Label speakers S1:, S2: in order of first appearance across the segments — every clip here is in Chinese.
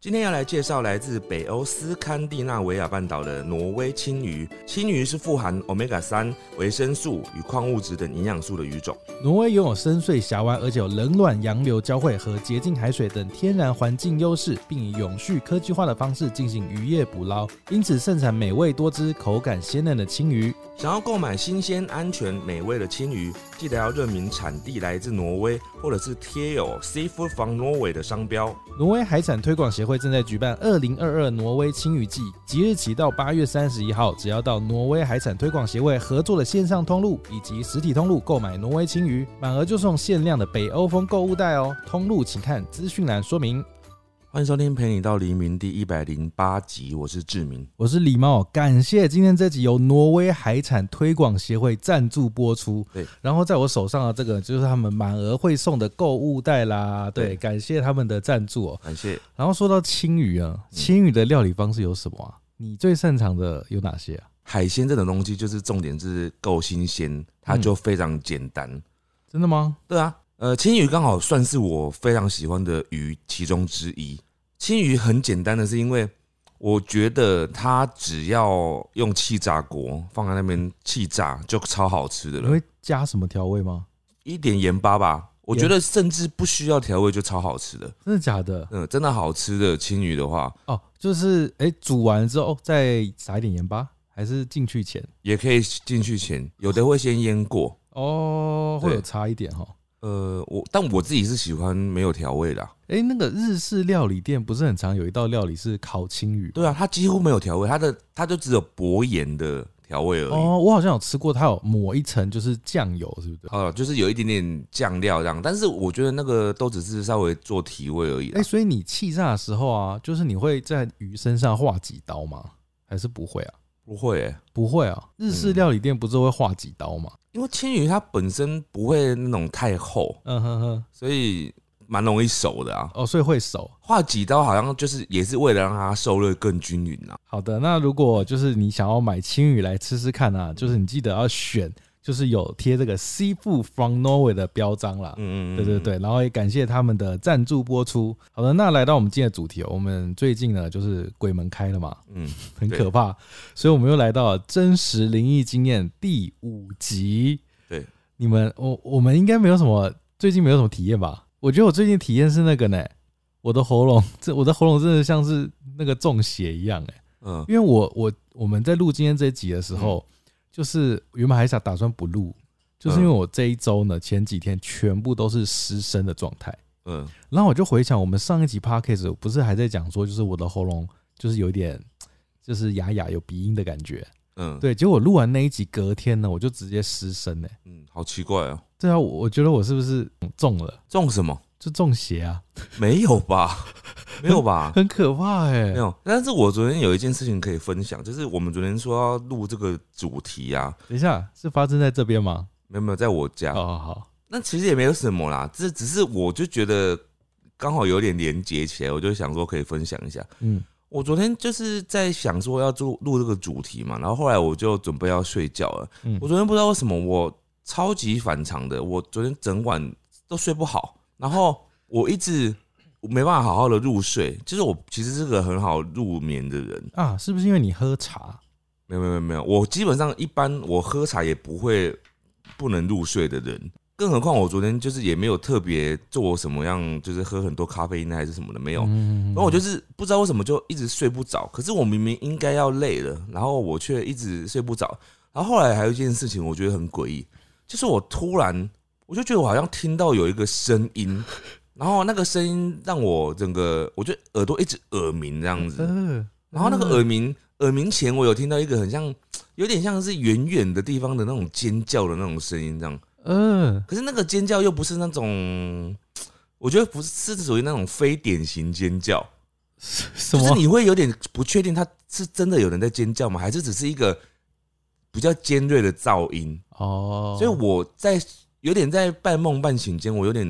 S1: 今天要来介绍来自北欧斯堪的纳维亚半岛的挪威青鱼。青鱼是富含 omega 三、维生素与矿物质等营养素的鱼种。
S2: 挪威拥有深邃峡湾，而且有冷暖洋流交汇和洁净海水等天然环境优势，并以永续科技化的方式进行渔业捕捞，因此盛产美味多汁、口感鲜嫩的青鱼。
S1: 想要购买新鲜、安全、美味的青鱼，记得要认明产地来自挪威，或者是贴有 “Seafood from Norway” 的商标。
S2: 挪威海产推广协会正在举办二零二二挪威青鱼季，即日起到八月三十一号，只要到挪威海产推广协会合作的线上通路以及实体通路购买挪威青鱼，满额就送限量的北欧风购物袋哦。通路请看资讯栏说明。
S1: 欢迎收听《陪你到黎明》第一百零八集，我是志明。
S2: 我是狸猫，感谢今天这集由挪威海产推广协会赞助播出。
S1: 对，
S2: 然后在我手上的啊这个就是他们满额会送的购物袋啦。对，
S1: 对
S2: 感谢他们的赞助哦。
S1: 感谢。
S2: 然后说到青鱼啊，
S1: 嗯
S2: 青鱼的料理方式有什么啊？你最擅长的有哪些啊？
S1: 海鲜这种东西，就是重点是够新鲜，它就非常简单。
S2: 真的吗？
S1: 对啊，呃，青鱼刚好算是我非常喜欢的鱼其中之一。青鱼很简单的是因为我觉得它只要用气炸锅放在那边气炸就超好吃的
S2: 你
S1: 了，
S2: 会加什么调味吗？
S1: 一点盐巴吧，我
S2: 盐
S1: 觉得甚至不需要调味就超好吃的。
S2: 真的假的？
S1: 嗯，真的好吃的青鱼的话，
S2: 哦，就是哎，煮完之后、哦、再撒一点盐巴，还是进去前
S1: 也可以进去前，有的会先腌过。
S2: 哦，会有
S1: 对
S2: 差一点哈、哦。
S1: 呃，我但我自己是喜欢没有调味的啊、
S2: 哎，那个日式料理店不是很常有一道料理是烤青鱼吗？
S1: 对啊，它几乎没有调味，它的它就只有薄盐的调味而已。
S2: 哦，我好像有吃过，它有抹一层就是酱油，是不是？
S1: 哦，就是有一点点酱料这样，但是我觉得那个都只是稍微做提味而已
S2: 哎、
S1: 啦。
S2: 所以你气炸的时候啊，就是你会在鱼身上画几刀吗？还是不会啊？
S1: 不会、欸，
S2: 不会啊，日式
S1: 嗯
S2: 料理店不是会画几刀吗？
S1: 因为青鱼它本身不会那种太厚，
S2: 嗯哼哼，
S1: 所以蛮容易熟的啊。
S2: 哦，所以会熟。
S1: 画几刀好像就是也是为了让它受热更均匀啊。
S2: 好的，那如果就是你想要买青鱼来吃吃看啊，就是你记得要选，就是有贴这个 “seafood from Norway” 的标章啦。
S1: 嗯嗯，嗯
S2: 对对，对，然后也感谢他们的赞助播出。好的，那来到我们今天的主题哦，我们最近呢就是鬼门开了嘛，
S1: 嗯，
S2: 很
S1: 对
S2: 可怕，所以我们又来到了真实灵异经验第五集。
S1: 对，
S2: 你们我我们应该没有什么最近没有什么体验吧？我觉得我最近体验是那个呢，我的喉咙这我的喉咙真的像是那个中邪一样哎，
S1: 嗯
S2: 因为我我我们在录今天这一集的时候，就是原本还想打算不录，就是因为
S1: 嗯
S2: 我这一周呢前几天全部都是失声的状态。
S1: 嗯，
S2: 然后我就回想我们上一集 podcast 不是还在讲说，就是我的喉咙就是有一点就是哑哑有鼻音的感觉，
S1: 嗯，，
S2: 对。结果录完那一集隔天呢，我就直接失声哎、
S1: 嗯，好奇怪哦，
S2: 对啊，我我觉得我是不是嗯中了？
S1: 中什么？
S2: 就中邪啊，
S1: 没有吧？没有 吧？
S2: 很可怕哎、
S1: 没有。但是我昨天有一件事情可以分享，就是我们昨天说要录这个主题啊，
S2: 等一下，是发生在这边吗？
S1: 没有没有，在我家。
S2: 哦，好好，
S1: 那其实也没有什么啦，这只是我就觉得刚好有点连接起来，我就想说可以分享一下。
S2: 嗯，
S1: 我昨天就是在想说要做录这个主题嘛，然后后来我就准备要睡觉了。
S2: 嗯
S1: 我昨天不知道为什么我超级反常的，我昨天整晚都睡不好，然后我一直没办法好好的入睡。就是我其实是个很好入眠的人，
S2: 啊，是不是因为你喝茶？
S1: 没有没有没有没有，我基本上一般我喝茶也不会不能入睡的人，更何况我昨天就是也没有特别做什么样，就是喝很多咖啡因还是什么的没有。
S2: 嗯
S1: 然后我就是不知道为什么就一直睡不着，可是我明明应该要累了，然后我却一直睡不着。然后后来还有一件事情，我觉得很诡异，就是我突然我就觉得我好像听到有一个声音，然后那个声音让我整个我就耳朵一直耳鸣这样子，
S2: 嗯，
S1: 然后那个耳鸣，耳鸣前我有听到一个很像，有点像是远远的地方的那种尖叫的那种声音，这样。
S2: 嗯，
S1: 可是那个尖叫又不是那种，我觉得不是是属于那种非典型尖叫，
S2: 什
S1: 就是
S2: 么？
S1: 你会有点不确定它是真的有人在尖叫吗？还是只是一个比较尖锐的噪音？
S2: 哦，
S1: 所以我在有点在半梦半醒间，我有点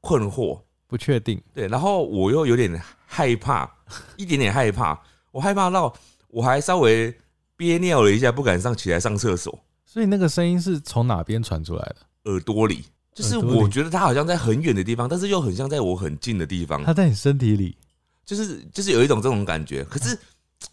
S1: 困惑。
S2: 不确定。
S1: 对，然后我又有点害 怕，一点点害怕，我害怕到我还稍微憋尿了一下，不敢上起来上厕所，
S2: 所以那个声音是从哪边传出来的？
S1: 耳朵里。就是
S2: 耳朵里
S1: 我觉得它好像在很远的地方，但是又很像在我很近的地方。
S2: 它在你身体里。
S1: 就是就是有一种这种感觉。可是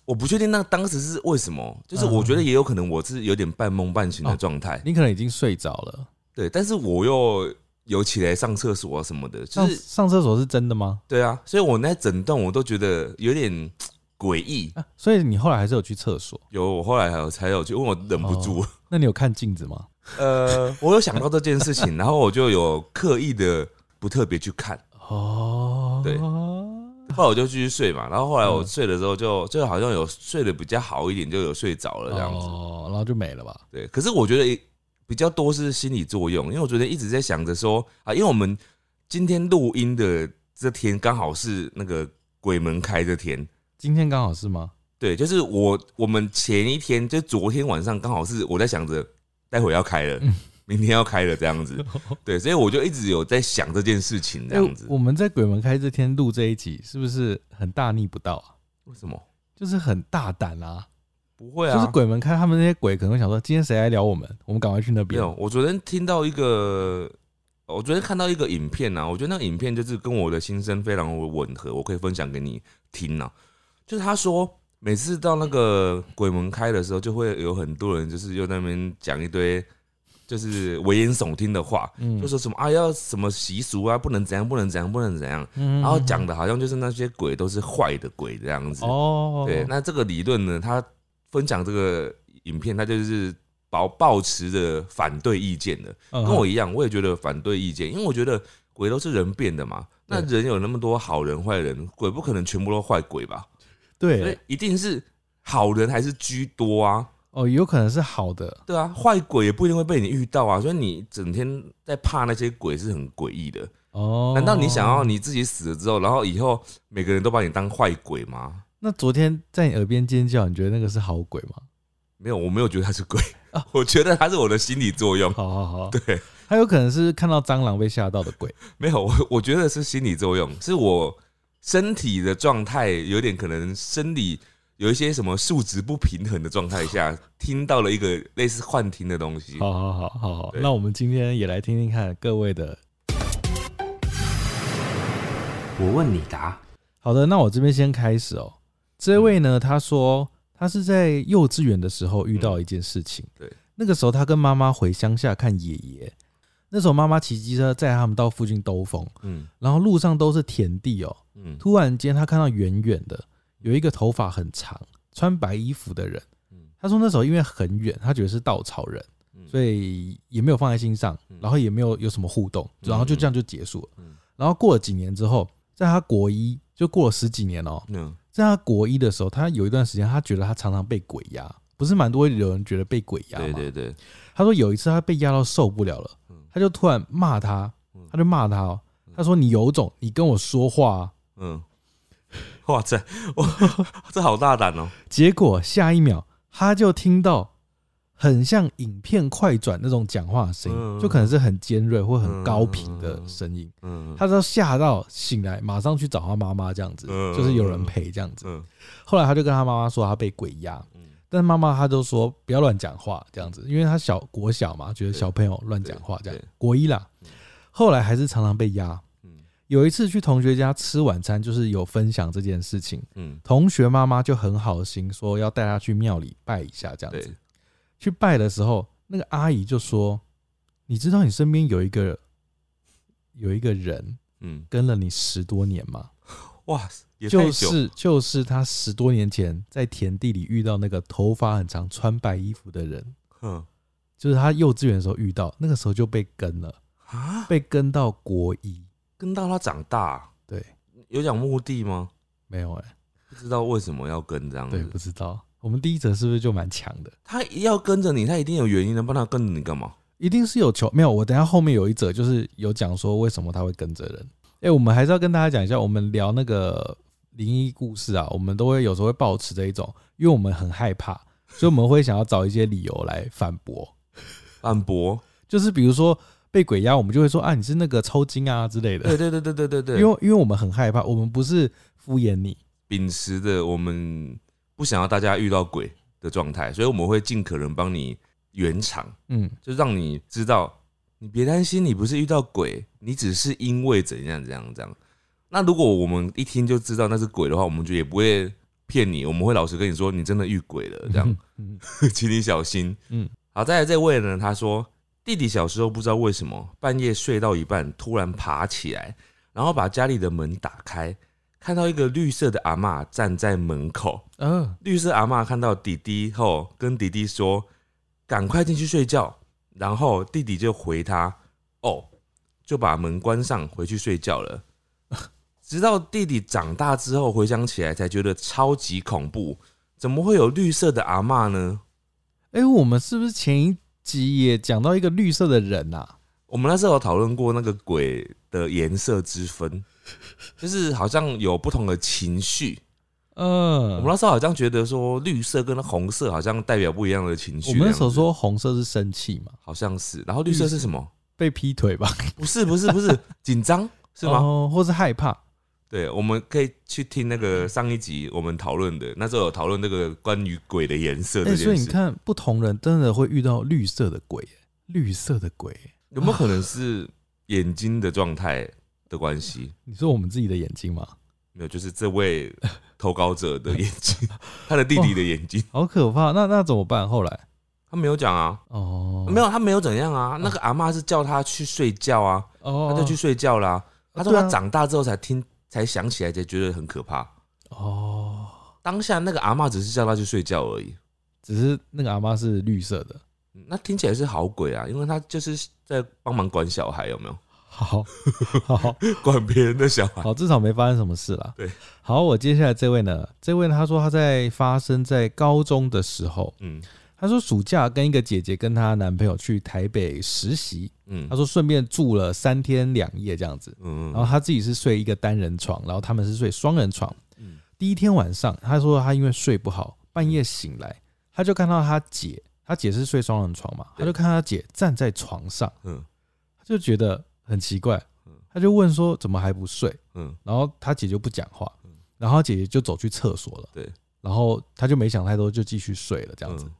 S1: 我不确定那当时是为什么，就是我觉得也有可能我是有点半梦半醒的状态，
S2: 你可能已经睡着了。
S1: 对，但是我又有起来上厕所啊什么的，就
S2: 上
S1: 是
S2: 上厕所是真的吗？
S1: 对啊，所以我那整段我都觉得有点诡异。
S2: 啊，所以你后来还是有去厕所？
S1: 有我后来还有才有去，因为我忍不 住，
S2: 那你有看镜子吗？
S1: 哦呃，我有想到这件事情，然后我就有刻意的不特别去看，
S2: 哦，
S1: 对后来我就继续睡嘛，然后后来我睡的时候就就好像有睡得比较好一点，就有睡着了这样子。
S2: 哦，然后就没了吧？
S1: 对，可是我觉得也比较多是心理作用，因为我觉得一直在想着说啊，因为我们今天录音的这天刚好是那个鬼门开这天，
S2: 今天刚好是吗？
S1: 对，就是我我们前一天就昨天晚上刚好是我在想着待会要开了，
S2: 嗯
S1: 明天要开了这样 子，对，所以我就一直有在想这件事情这样子
S2: 哎。我们在鬼门开这天录这一集，是不是很大逆不道啊？
S1: 为什么？
S2: 就是很大胆啊！
S1: 不会
S2: 就是
S1: 啊，
S2: 鬼门开，他们那些鬼可能会想说，今天谁来聊我们？我们赶快去那
S1: 没
S2: 边。
S1: 有。我昨天听到一个，我昨天看到一个影片啊，我觉得那个影片就是跟我的心声非常吻合，我可以分享给你听啊。就是他说，每次到那个鬼门开的时候，就会有很多人就是又在那边讲一堆就是危言耸听的话，
S2: 嗯
S1: 就说什么啊要什么习俗啊，不能怎样，不能怎样，不能怎样，
S2: 嗯
S1: 然后讲的好像就是那些鬼都是坏的鬼这样子。
S2: 哦，
S1: 对，那这个理论呢，他分享这个影片，他就是保抱持着反对意见的，
S2: 嗯
S1: 跟我一样，我也觉得反对意见，因为我觉得鬼都是人变的嘛，那人有那么多好人坏人，鬼不可能全部都坏鬼吧？所以
S2: 对
S1: 一定是好人还是居多啊？
S2: 哦，有可能是好的，
S1: 对啊，坏鬼也不一定会被你遇到啊，所以你整天在怕那些鬼是很诡异的。
S2: 哦，
S1: 难道你想要？你自己死了之后，然后以后每个人都把你当坏鬼吗？
S2: 那昨天在你耳边尖叫，你觉得那个是好鬼吗？
S1: 没有，我没有觉得他是鬼
S2: 啊，
S1: 我觉得他是我的心理作用。
S2: 好好好，
S1: 对，
S2: 他有可能是看到蟑螂被吓到的鬼。
S1: 没有，我我觉得是心理作用，是我身体的状态有点可能生理有一些什么数值不平衡的状态下，听到了一个类似幻听的东西。
S2: 好好好好好，
S1: 对
S2: 那我们今天也来听听看各位的。
S3: 我问你答，
S2: 好的，那我这边先开始哦。这位呢，他说他是在幼稚园的时候遇到一件事情。
S1: 对，
S2: 那个时候他跟妈妈回乡下看爷爷。那时候妈妈骑机车载他们到附近兜风，
S1: 嗯
S2: 然后路上都是田地哦。
S1: 嗯
S2: 突然间，他看到远远的有一个头发很长、穿白衣服的人。
S1: 嗯
S2: 他说那时候因为很远，他觉得是稻草人，
S1: 嗯
S2: 所以也没有放在心上
S1: 嗯，
S2: 然后也没有有什么互动，然后就这样就结束了
S1: 嗯嗯。
S2: 然后过了几年之后，在他国一就过了十几年哦，
S1: 嗯
S2: 在他国一的时候，他有一段时间他觉得他常常被鬼压，不是蛮多有人觉得被鬼压吗？
S1: 对对对，
S2: 他说有一次他被压到受不了了
S1: 嗯，
S2: 他就突然骂他
S1: 嗯，
S2: 他就骂他哦，他说你有种，你跟我说话啊、
S1: 嗯， 哇塞，哇，这好大胆哦！
S2: 结果下一秒他就听到很像影片快转那种讲话的声
S1: 嗯
S2: 音，就可能是很尖锐或很高频的声音。
S1: 嗯
S2: 他都吓到醒来，马上去找他妈妈，这样子
S1: 嗯
S2: 就是有人陪这样子。
S1: 嗯
S2: 后来他就跟他妈妈说他被鬼压，
S1: 嗯
S2: 但妈妈她都说不要乱讲话这样子，因为她小国小嘛，觉得小朋友乱讲话这样
S1: 对对，
S2: 国一啦。后来还是常常被压。
S1: 嗯
S2: 有一次去同学家吃晚餐，就是有分享这件事情，
S1: 嗯，
S2: 同学妈妈就很好心说要带她去庙里拜一下这样子
S1: 对。，
S2: 去拜的时候，那个阿姨就说：“你知道你身边有一个有一个人
S1: 嗯，
S2: 跟了你十多年吗？
S1: 哇，也太
S2: 就
S1: 久，
S2: 是就是他十多年前在田地里遇到那个头发很长、穿白衣服的人。”
S1: 嗯
S2: 就是他幼稚园的时候遇到，那个时候就被跟了，
S1: 啊，
S2: 被跟到国一，
S1: 跟到他长大，
S2: 对，
S1: 有讲目的吗？
S2: 没有哎、
S1: 不知道为什么要跟这样
S2: 对，
S1: 子
S2: 不，知道。我们第一则是不是就蛮强的？
S1: 他要跟着你，他一定有原因的，不然他跟着你干嘛？
S2: 一定是有球没有？我等一下后面有一则就是有讲说为什么他会跟着人。哎、我们还是要跟大家讲一下，我们聊那个灵异故事啊，我们都会有时候会保持着一种，因为我们很害怕，所以我们会想要找一些理由来反驳，
S1: 反驳？
S2: 就是比如说被鬼压，我们就会说啊，你是那个抽筋啊之类的
S1: 对，对对对对对对，
S2: 因为因为我们很害怕，我们不是敷衍你，
S1: 秉持的我们不想要大家遇到鬼的状态，所以我们会尽可能帮你圆场，
S2: 嗯，
S1: 就让你知道，你别担心，你不是遇到鬼，你只是因为怎样怎样怎样。那如果我们一听就知道那是鬼的话，我们就也不会骗你，我们会老实跟你说，你真的遇鬼了，这样，
S2: 嗯，
S1: 请你小心。
S2: 嗯，
S1: 好，再来这位呢，他说弟弟小时候不知道为什么半夜睡到一半突然爬起来，然后把家里的门打开，看到一个绿色的阿嬷站在门口。
S2: 嗯啊，
S1: 绿色阿嬷看到弟弟后，跟弟弟说：“赶快进去睡觉。”然后弟弟就回他：“哦。”就把门关上，回去睡觉了。直到弟弟长大之后回想起来，才觉得超级恐怖。怎么会有绿色的阿嬷呢？
S2: 哎、我们是不是前一集也讲到一个绿色的人啊？
S1: 我们那时候有讨论过那个鬼的颜色之分，就是好像有不同的情绪。
S2: 嗯，
S1: 我们那时候好像觉得说绿色跟红色好像代表不一样的情绪。
S2: 我们那时候说红色是生气嘛，
S1: 好像是，然后绿色是什么？
S2: 被劈腿吧？
S1: 不是不是不 是紧张 是吗？
S2: 哦，或是害怕？
S1: 对，我们可以去听那个
S2: 嗯
S1: 上一集我们讨论的，那时候有讨论这个关于鬼的颜色
S2: 哎、
S1: 这
S2: 所
S1: 件
S2: 以你
S1: 事，
S2: 看，不同人真的会遇到绿色的鬼，绿色的鬼。
S1: 有没有可能是眼睛的状态的关系？
S2: 你说我们自己的眼睛吗？
S1: 没有，就是这位投稿者的眼睛， 他的弟弟的眼睛，
S2: 好可怕！那那怎么办？后来
S1: 他没有讲啊，
S2: 哦，
S1: 没有，他没有怎样啊。那个阿嬷是叫他去睡觉啊，
S2: 哦，
S1: 他就去睡觉啦。他说
S2: 对
S1: 他
S2: 啊
S1: 长大之后才听，才想起来，才觉得很可怕。
S2: 哦，
S1: 当下那个阿嬷只是叫他去睡觉而已。
S2: 只是那个阿妈是绿色的。
S1: 嗯那听起来是好鬼啊，因为他就是在帮忙管小孩，有没有？
S2: 好 好
S1: 管别人的小孩。
S2: 好，至少没发生什么事啦。
S1: 对，
S2: 好，我接下来这位呢，这位他说他在发生在高中的时候，
S1: 嗯
S2: 他说暑假跟一个姐姐跟她男朋友去台北实习，
S1: 嗯
S2: 他说顺便住了三天两夜这样子。
S1: 嗯，
S2: 然后他自己是睡一个单人床，然后他们是睡双人床。
S1: 嗯
S2: 第一天晚上，他说他因为睡不好，半夜醒来，他就看到他姐，他姐是睡双人床嘛，
S1: 对
S2: 他就看他姐站在床上，
S1: 嗯
S2: 他就觉得很奇怪
S1: 嗯，
S2: 他就问说怎么还不睡？
S1: 嗯
S2: 然后他姐就不讲话，然后他姐姐就走去厕所了。
S1: 对，
S2: 然后他就没想太多，就继续睡了这样子。
S1: 嗯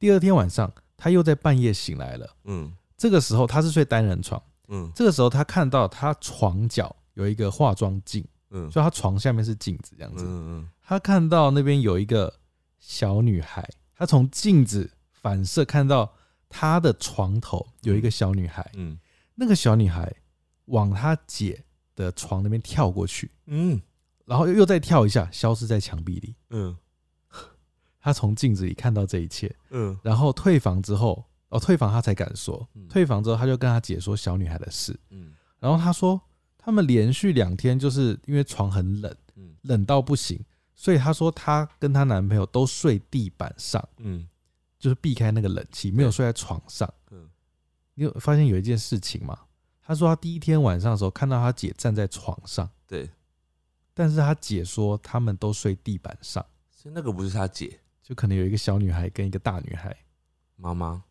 S2: 第二天晚上，他又在半夜醒来了。
S1: 嗯
S2: 这个时候他是睡单人床，
S1: 嗯
S2: 这个时候他看到他床角有一个化妆镜。
S1: 嗯
S2: 就他床下面是镜子这样
S1: 嗯
S2: 子。
S1: 嗯
S2: 他看到那边有一个小女孩，他从镜子反射看到他的床头有一个小女孩，
S1: 嗯
S2: 那个小女孩往他姐的床那边跳过去，
S1: 嗯
S2: 然后又又再跳一下，消失在墙壁里。
S1: 嗯
S2: 他从镜子里看到这一切，
S1: 嗯
S2: 然后退房之后，哦，退房他才敢说
S1: 嗯，
S2: 退房之后他就跟他姐说小女孩的事，
S1: 嗯
S2: 然后他说他们连续两天就是因为床很冷。
S1: 嗯
S2: 冷到不行，所以她说她跟她男朋友都睡地板上，
S1: 嗯
S2: 就是避开那个冷气，没有睡在床上。
S1: 嗯
S2: 你有发现有一件事情吗？她说她第一天晚上的时候看到她姐站在床上，
S1: 对，
S2: 但是她姐说他们都睡地板上，
S1: 所以那个不是他姐
S2: 就可能有一个小女孩跟一个大女孩，
S1: 妈妈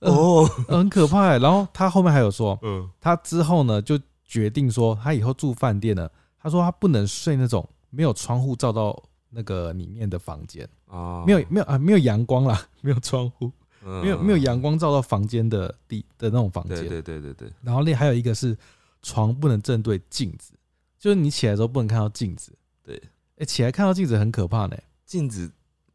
S2: 嗯
S1: 哦，
S2: 很可怕、欸。然后她后面还有说，
S1: 嗯
S2: 她之后呢就决定说，她以后住饭店呢，她说她不能睡那种没有窗户照到那个里面的房间，
S1: 啊
S2: 没有没有啊没有阳光啦， 没有窗户。
S1: 没
S2: 没有没有阳光照到房间的地的那种房
S1: 嗯哦对
S2: 间。
S1: 对对对对，
S2: 然后另还有一个是床不能正对镜子，就是你起来之后不能看到镜子。
S1: 对，
S2: 哎，起来看到镜子很可怕呢。
S1: 镜子，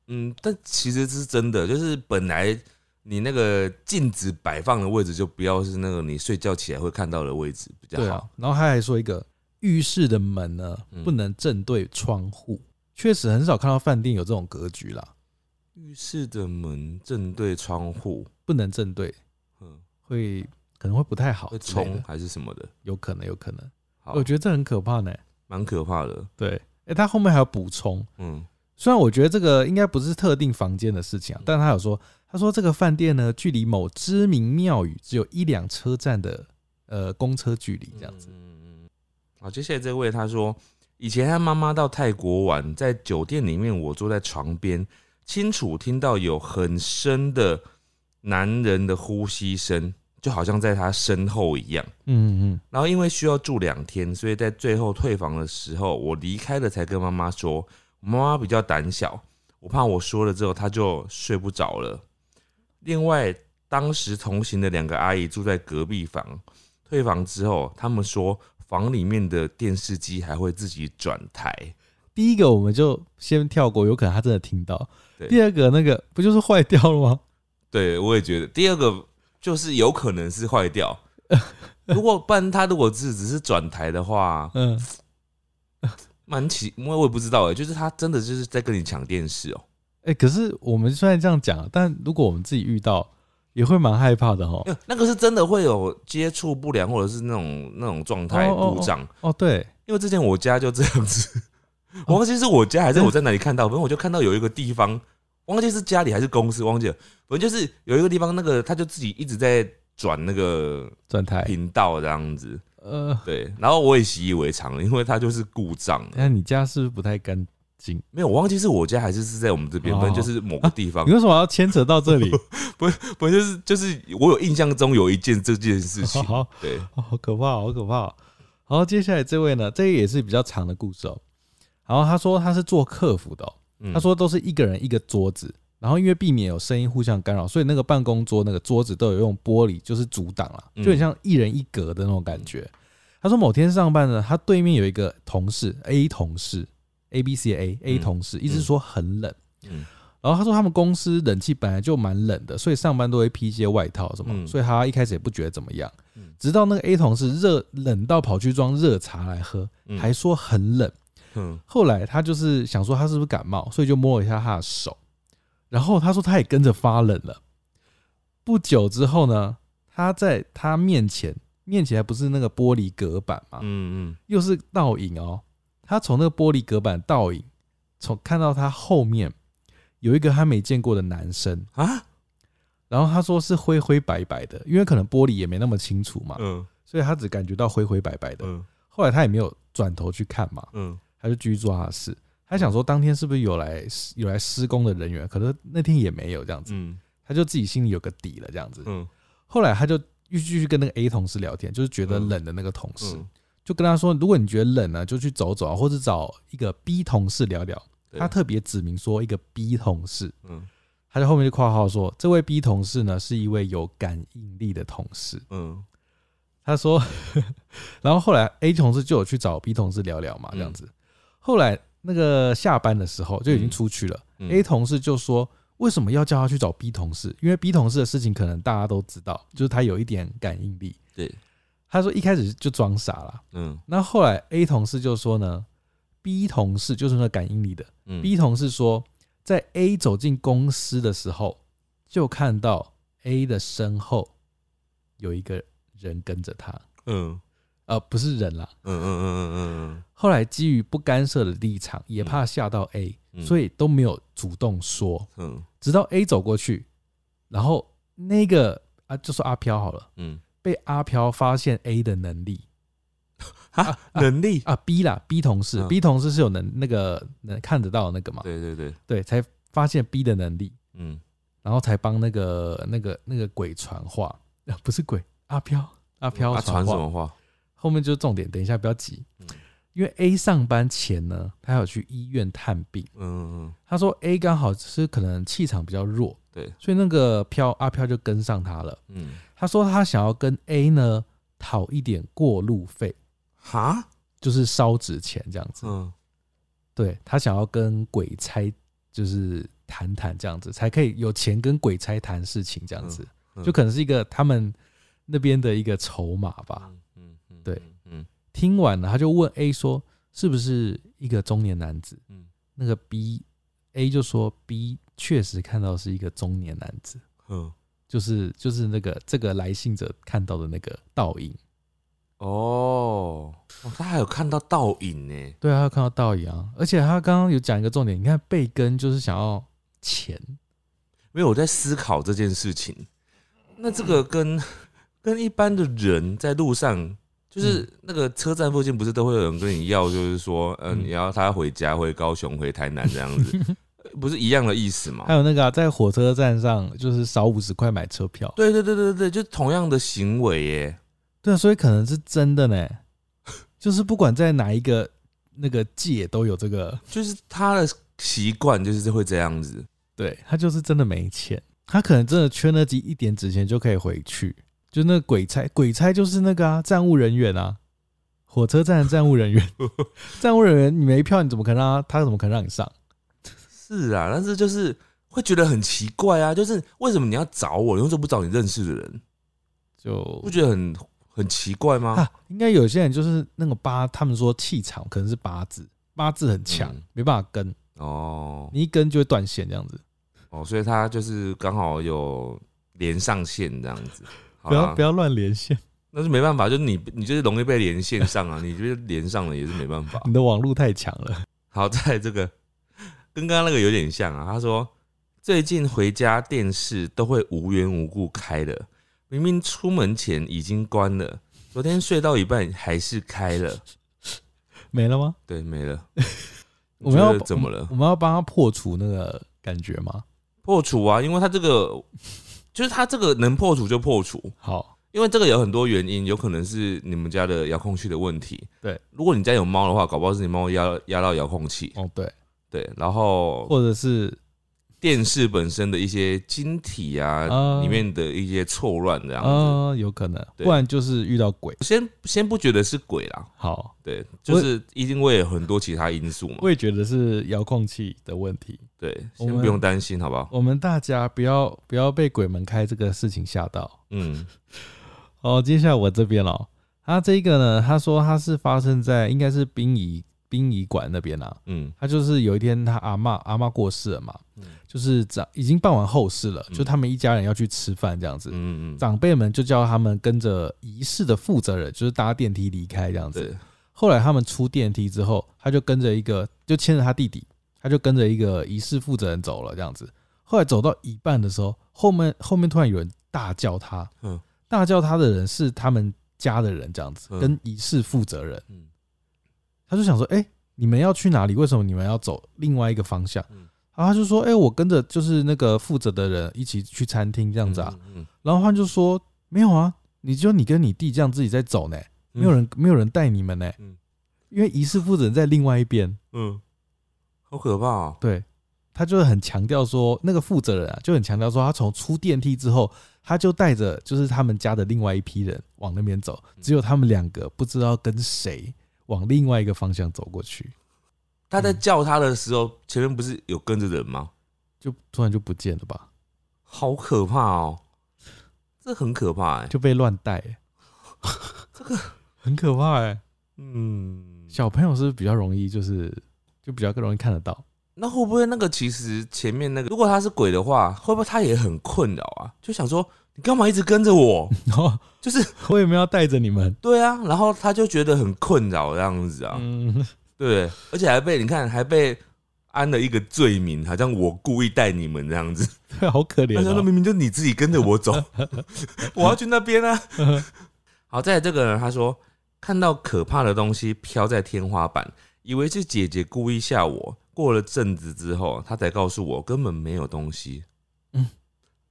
S1: 嗯，但其实是真的，就是本来你那个镜子摆放的位置就不要是那个你睡觉起来会看到的位置比较
S2: 对
S1: 好。
S2: 啊，然后他还说一个浴室的门呢
S1: 嗯
S2: 不能正对窗户，确实很少看到饭店有这种格局啦，
S1: 浴室的门正对窗户，
S2: 不能正对
S1: 嗯，
S2: 会可能会不太好
S1: 会
S2: 哦之类的，
S1: 冲还是什么的，
S2: 有可能有可能，
S1: 好，
S2: 我觉得这很可怕呢。
S1: 蛮可怕的。
S2: 对，哎，他后面还有补充，
S1: 嗯
S2: 虽然我觉得这个应该不是特定房间的事情啊，但他有说，他说这个饭店呢，距离某知名庙宇只有一两车站的呃公车距离，这样子。
S1: 嗯嗯。好，接下来这位他说，以前他妈妈到泰国玩，在酒店里面，我坐在床边，清楚听到有很深的男人的呼吸声，就好像在他身后一样。
S2: 嗯嗯
S1: 然后因为需要住两天，所以在最后退房的时候，我离开了才跟妈妈说。我妈妈比较胆小，我怕我说了之后她就睡不着了。另外，当时同行的两个阿姨住在隔壁房，退房之后，他们说房里面的电视机还会自己转台，
S2: 第一个我们就先跳过，有可能他真的听到。
S1: 对
S2: 第二个那个不就是坏掉了吗？
S1: 对我也觉得。第二个就是有可能是坏掉，如果不然他如果只只是转台的话，
S2: 嗯，
S1: 蛮奇，因为我也不知道哎、就是他真的就是在跟你抢电视哦、
S2: 哎、可是我们虽然这样讲，啊但如果我们自己遇到，也会蛮害怕的哦。
S1: 因为那个是真的会有接触不良或者是那种那种状态
S2: 哦哦哦
S1: 故障。
S2: 哦，对，
S1: 因为之前我家就这样子， 我忘记是我家还是我在哪里看到，反正我就看到有一个地方，忘记是家里还是公司，忘记了，反正就是有一个地方，那个他就自己一直在转那个
S2: 转台，
S1: 频道这样子，
S2: 呃，
S1: 对，然后我也习以为常了，因为它就是故障了，
S2: 那你家是不是不太干净？
S1: 没有，我忘记是我家还是是在我们这边，
S2: 哦
S1: 反正就是某个地方
S2: 你，为什么要牵扯到这里？
S1: 反正就是就是我有印象中有一件这件事情，
S2: 好
S1: 对，
S2: 哦，好可怕，好可怕哦。好，接下来这位呢，这个也是比较长的故事哦。然后他说他是做客服的、哦，
S1: 嗯
S2: 他说都是一个人一个桌子，然后因为避免有声音互相干扰，所以那个办公桌那个桌子都有用玻璃就是阻挡了，
S1: 嗯
S2: 就很像一人一格的那种感觉。他说某天上班呢，他对面有一个同事 A 同事 A B C A A
S1: 嗯
S2: 同事一直说很冷，
S1: 嗯
S2: 然后他说他们公司冷气本来就蛮冷的，所以上班都会披一些外套什么，
S1: 嗯
S2: 所以他一开始也不觉得怎么样
S1: 嗯，
S2: 直到那个 A 同事热冷到跑去装热茶来喝，
S1: 嗯
S2: 还说很冷。
S1: 嗯
S2: 后来他就是想说他是不是感冒，所以就摸了一下他的手，然后他说他也跟着发冷了。不久之后呢，他在他面前面前还不是那个玻璃隔板嘛，
S1: 嗯
S2: 又是倒影哦。他从那个玻璃隔板倒影，从看到他后面有一个他没见过的男生，
S1: 嗯啊
S2: 然后他说是灰灰白白的，因为可能玻璃也没那么清楚嘛，
S1: 嗯
S2: 所以他只感觉到灰灰白白的。
S1: 嗯
S2: 后来他也没有转头去看嘛，
S1: 嗯
S2: 他就继续做他的事。他想说当天是不是有来有来施工的人员，可是那天也没有这样子，
S1: 嗯
S2: 他就自己心里有个底了这样子。
S1: 嗯
S2: 后来他就继续跟那个 A 同事聊天，就是觉得
S1: 嗯
S2: 冷的那个同事，
S1: 嗯，
S2: 就跟他说，如果你觉得冷呢、就去走走啊，或者找一个 B 同事聊聊。
S1: 对
S2: 他特别指明说一个 B 同事，
S1: 嗯
S2: 他在后面就括号说，这位 B 同事呢是一位有感应力的同事。
S1: 嗯
S2: 他说， 然后后来 A 同事就有去找 B 同事聊聊
S1: 嗯
S2: 嘛，这样子。后来那个下班的时候就已经出去了、
S1: 嗯
S2: a 同事就说。为什么要叫他去找 B 同事？因为 B 同事的事情可能大家都知道，就是他有一点感应力。
S1: 嗯对，
S2: 他说一开始就装傻了，
S1: 嗯
S2: 那后来 A 同事就说呢，B 同事就是那感应力的、
S1: 嗯
S2: B 同事说，在 A 走进公司的时候，就看到 A 的身后有一个人跟着他，
S1: 嗯。
S2: 呃，不是人啦。
S1: 嗯嗯嗯嗯
S2: 后来基于不干涉的立场，也怕吓到 A，、
S1: 嗯
S2: 所以都没有主动说，
S1: 嗯
S2: 直到 A 走过去，然后那个啊，就说阿飘好了，
S1: 嗯
S2: 被阿飘发现 A 的能力，
S1: 嗯，啊，能力，
S2: 啊，B 啦，B 同事、
S1: 嗯
S2: b 同事是有能那个能看得到的那个嘛，
S1: 对对对，
S2: 对，才发现 B 的能力，
S1: 嗯，
S2: 然后才帮那个那个那个鬼传话，啊不是鬼，阿飘，阿飘
S1: 他传
S2: 传话，
S1: 什么话？
S2: 后面就是重点，等一下不要急
S1: 嗯，
S2: 因为 A 上班前呢，他有去医院探病，
S1: 嗯嗯
S2: 他说 A 刚好是可能气场比较弱，
S1: 对，
S2: 所以那个飘阿飘就跟上他了，
S1: 嗯，嗯
S2: 他说他想要跟 A 呢讨一点过路费，
S1: 哈，
S2: 就是烧纸钱这样子。
S1: 嗯
S2: 对他想要跟鬼差就是谈谈这样子，才可以有钱跟鬼差谈事情这样子，
S1: 嗯
S2: 就可能是一个他们那边的一个筹码吧。
S1: 嗯嗯嗯，
S2: 对
S1: 嗯，
S2: 听完了，他就问 A 说：“是不是一个中年男子？”
S1: 嗯
S2: 那个 B A 就说：“B 确实看到是一个中年男子，
S1: 嗯嗯，
S2: 就是就是那个这个来信者看到的那个倒影。
S1: 哦，哦他还有看到倒影呢，
S2: 对啊，他看到倒影啊，而且他刚刚有讲一个重点，你看贝根就是想要钱，
S1: 没有，我在思考这件事情。那这个跟跟一般的人在路上。就是那个车站附近，不是都会有人跟你要，就是说，嗯，
S2: 嗯
S1: 你要他回家，回高雄，回台南这样子，不是一样的意思吗？
S2: 还有那个啊、在火车站上就是少五十块买车票，
S1: 对对对对对，就同样的行为耶。
S2: 对啊，所以可能是真的呢，就是不管在哪一个那个界都有这个，
S1: 就是他的习惯就是会这样子。
S2: 对他就是真的没钱，他可能真的缺那几一点纸钱就可以回去，就那个鬼差，鬼差就是那个啊，站务人员啊，火车站的站务人员， 站务人员你没票，你怎么可能让他？他怎么可能让你上？
S1: 是啊，但是就是会觉得很奇怪啊，就是为什么你要找我，你为什么不找你认识的人？
S2: 就
S1: 不觉得很很奇怪吗？
S2: 啊，应该有些人就是那个八，他们说气场可能是八字，八字很强
S1: 嗯，
S2: 没办法跟，
S1: 哦
S2: 你一跟就会断线这样子。
S1: 哦，所以他就是刚好有连上线这样子。好
S2: 不要
S1: 啦
S2: 不，要乱连线，
S1: 那是没办法，就是你你就是容易被连线上啊，你就是连上了也是没办 法。
S2: 你的网络太强 了。
S1: 好在这个跟刚刚那个有点像啊。他说最近回家电视都会无缘无故开了，明明出门前已经关了，昨天睡到一半还是开了。
S2: 没了吗？
S1: 对，没了。
S2: 我们要
S1: 你觉得怎么了
S2: 我？们要帮他破除那个感觉吗？
S1: 破除啊，因为他这个就是他这个能破除就破除，
S2: 好，
S1: 因为这个有很多原因，有可能是你们家的遥控器的问题。
S2: 对，
S1: 如果你家有猫的话，搞不好是你猫压压到遥控器。
S2: 哦对，
S1: 对，然后
S2: 或者是
S1: 电视本身的一些晶体啊，
S2: 啊
S1: 里面的一些错乱这样子。
S2: 呃，有可能，
S1: 对
S2: 不然就是遇到鬼。
S1: 先先不觉得是鬼啦，
S2: 好，
S1: 对，就是因为有很多其他因素嘛
S2: 我。也觉得是遥控器的问题。
S1: 对，
S2: 我
S1: 先
S2: 们
S1: 不用担心，好不好？
S2: 我们大家不要不要被鬼门开这个事情吓到。
S1: 嗯，
S2: 哦，接下来我这边了。他这个呢，他说他是发生在应该是殡仪殡仪馆那边啊。
S1: 嗯
S2: 他就是有一天他阿嬷阿嬷过世了嘛，
S1: 嗯
S2: 就是长已经办完后事了，
S1: 嗯
S2: 就他们一家人要去吃饭这样子。
S1: 嗯嗯嗯，
S2: 长辈们就叫他们跟着仪式的负责人，就是搭电梯离开这样子
S1: 对。，
S2: 后来他们出电梯之后，他就跟着一个，就牵着他弟弟，他就跟着一个仪式负责人走了这样子。后来走到一半的时候，后面后面突然有人大叫他，
S1: 嗯
S2: 大叫他的人是他们家的人这样子，
S1: 嗯
S2: 跟仪式负责人，
S1: 嗯
S2: 他就想说，哎、你们要去哪里？为什么你们要走另外一个方向？
S1: 嗯
S2: 然后他就说，哎、我跟着就是那个负责的人一起去餐厅这
S1: 这
S2: 样子啊。，
S1: 嗯嗯
S2: 然后他就说，没有啊，你就你跟你弟这样自己在走呢，没有人、没有人带你们呢，欸
S1: 嗯
S2: 因为仪式负责人在另外一边，
S1: 嗯，好可怕哦。
S2: 对他就是很强调说，那个负责人啊就很强调说，他从出电梯之后，他就带着就是他们家的另外一批人往那边走，只有他们两个不知道跟谁往另外一个方向走过去，
S1: 他
S2: 嗯
S1: 在叫他的时候，前面不是有跟着人吗？
S2: 就突然就不见了吧，
S1: 好可怕哦，这很可怕哎、
S2: 就被乱带、欸
S1: 这个
S2: 很可怕哎、
S1: 嗯，
S2: 小朋友是不是比较容易就是就比较容易看得到？
S1: 那会不会那个其实前面那个，如果他是鬼的话，会不会他也很困扰啊？就想说你干嘛一直跟着我？
S2: 然后
S1: 就是
S2: 我也没有要带着你们。
S1: 对啊，然后他就觉得很困扰这样子啊，
S2: 嗯，
S1: 对不对，而且还被你看还被安了一个罪名，好像我故意带你们这样子。
S2: 对， 好可怜、
S1: 他说那
S2: 哦。
S1: 明明就你自己跟着我 走，我要去那边啊。 好，在这个人他说看到可怕的东西飘在天花板，以为是姐姐故意吓我。过了阵子之后，他才告诉我根本没有东西。
S2: 嗯
S1: 嗯，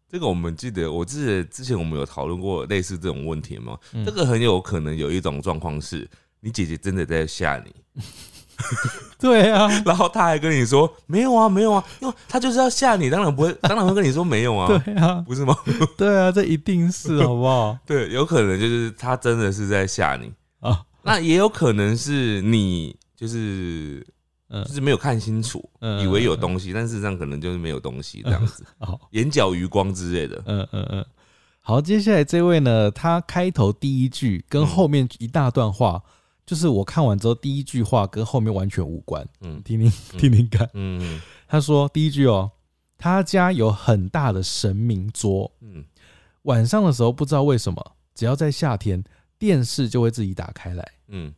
S1: 这个我们记得，我记得之前我们有讨论过类似这种问题吗？
S2: 嗯
S1: 这个很有可能有一种状况是，你姐姐真的在吓你，
S2: 对啊，
S1: 然后他还跟你说没有啊，没有啊，因为他就是要吓你，当然不会，当然会跟你说没有 啊，
S2: 对啊，
S1: 不是吗？
S2: 对啊，这一 定是好不好？
S1: 对，有可能就是他真的是在吓你，
S2: 啊，
S1: 那也有可能是你就是
S2: 嗯
S1: 就是没有看清楚，
S2: 嗯
S1: 以为有东西，但事实上可能就是没有东西这样 子，
S2: 好，
S1: 眼角余光之类的。
S2: 嗯嗯嗯，好，接下来这位呢，他开头第一
S1: 嗯
S2: 句跟后面一大段话，就是我看完之后第一句话跟后面完全无关，
S1: 嗯
S2: 听听
S1: 嗯
S2: 听听看。
S1: 嗯
S2: 他说第一句哦，他家有很大的神明桌，
S1: 嗯，
S2: 晚上的时候不知道为什么，只要在夏天，电视就会自己打开来。
S1: 嗯，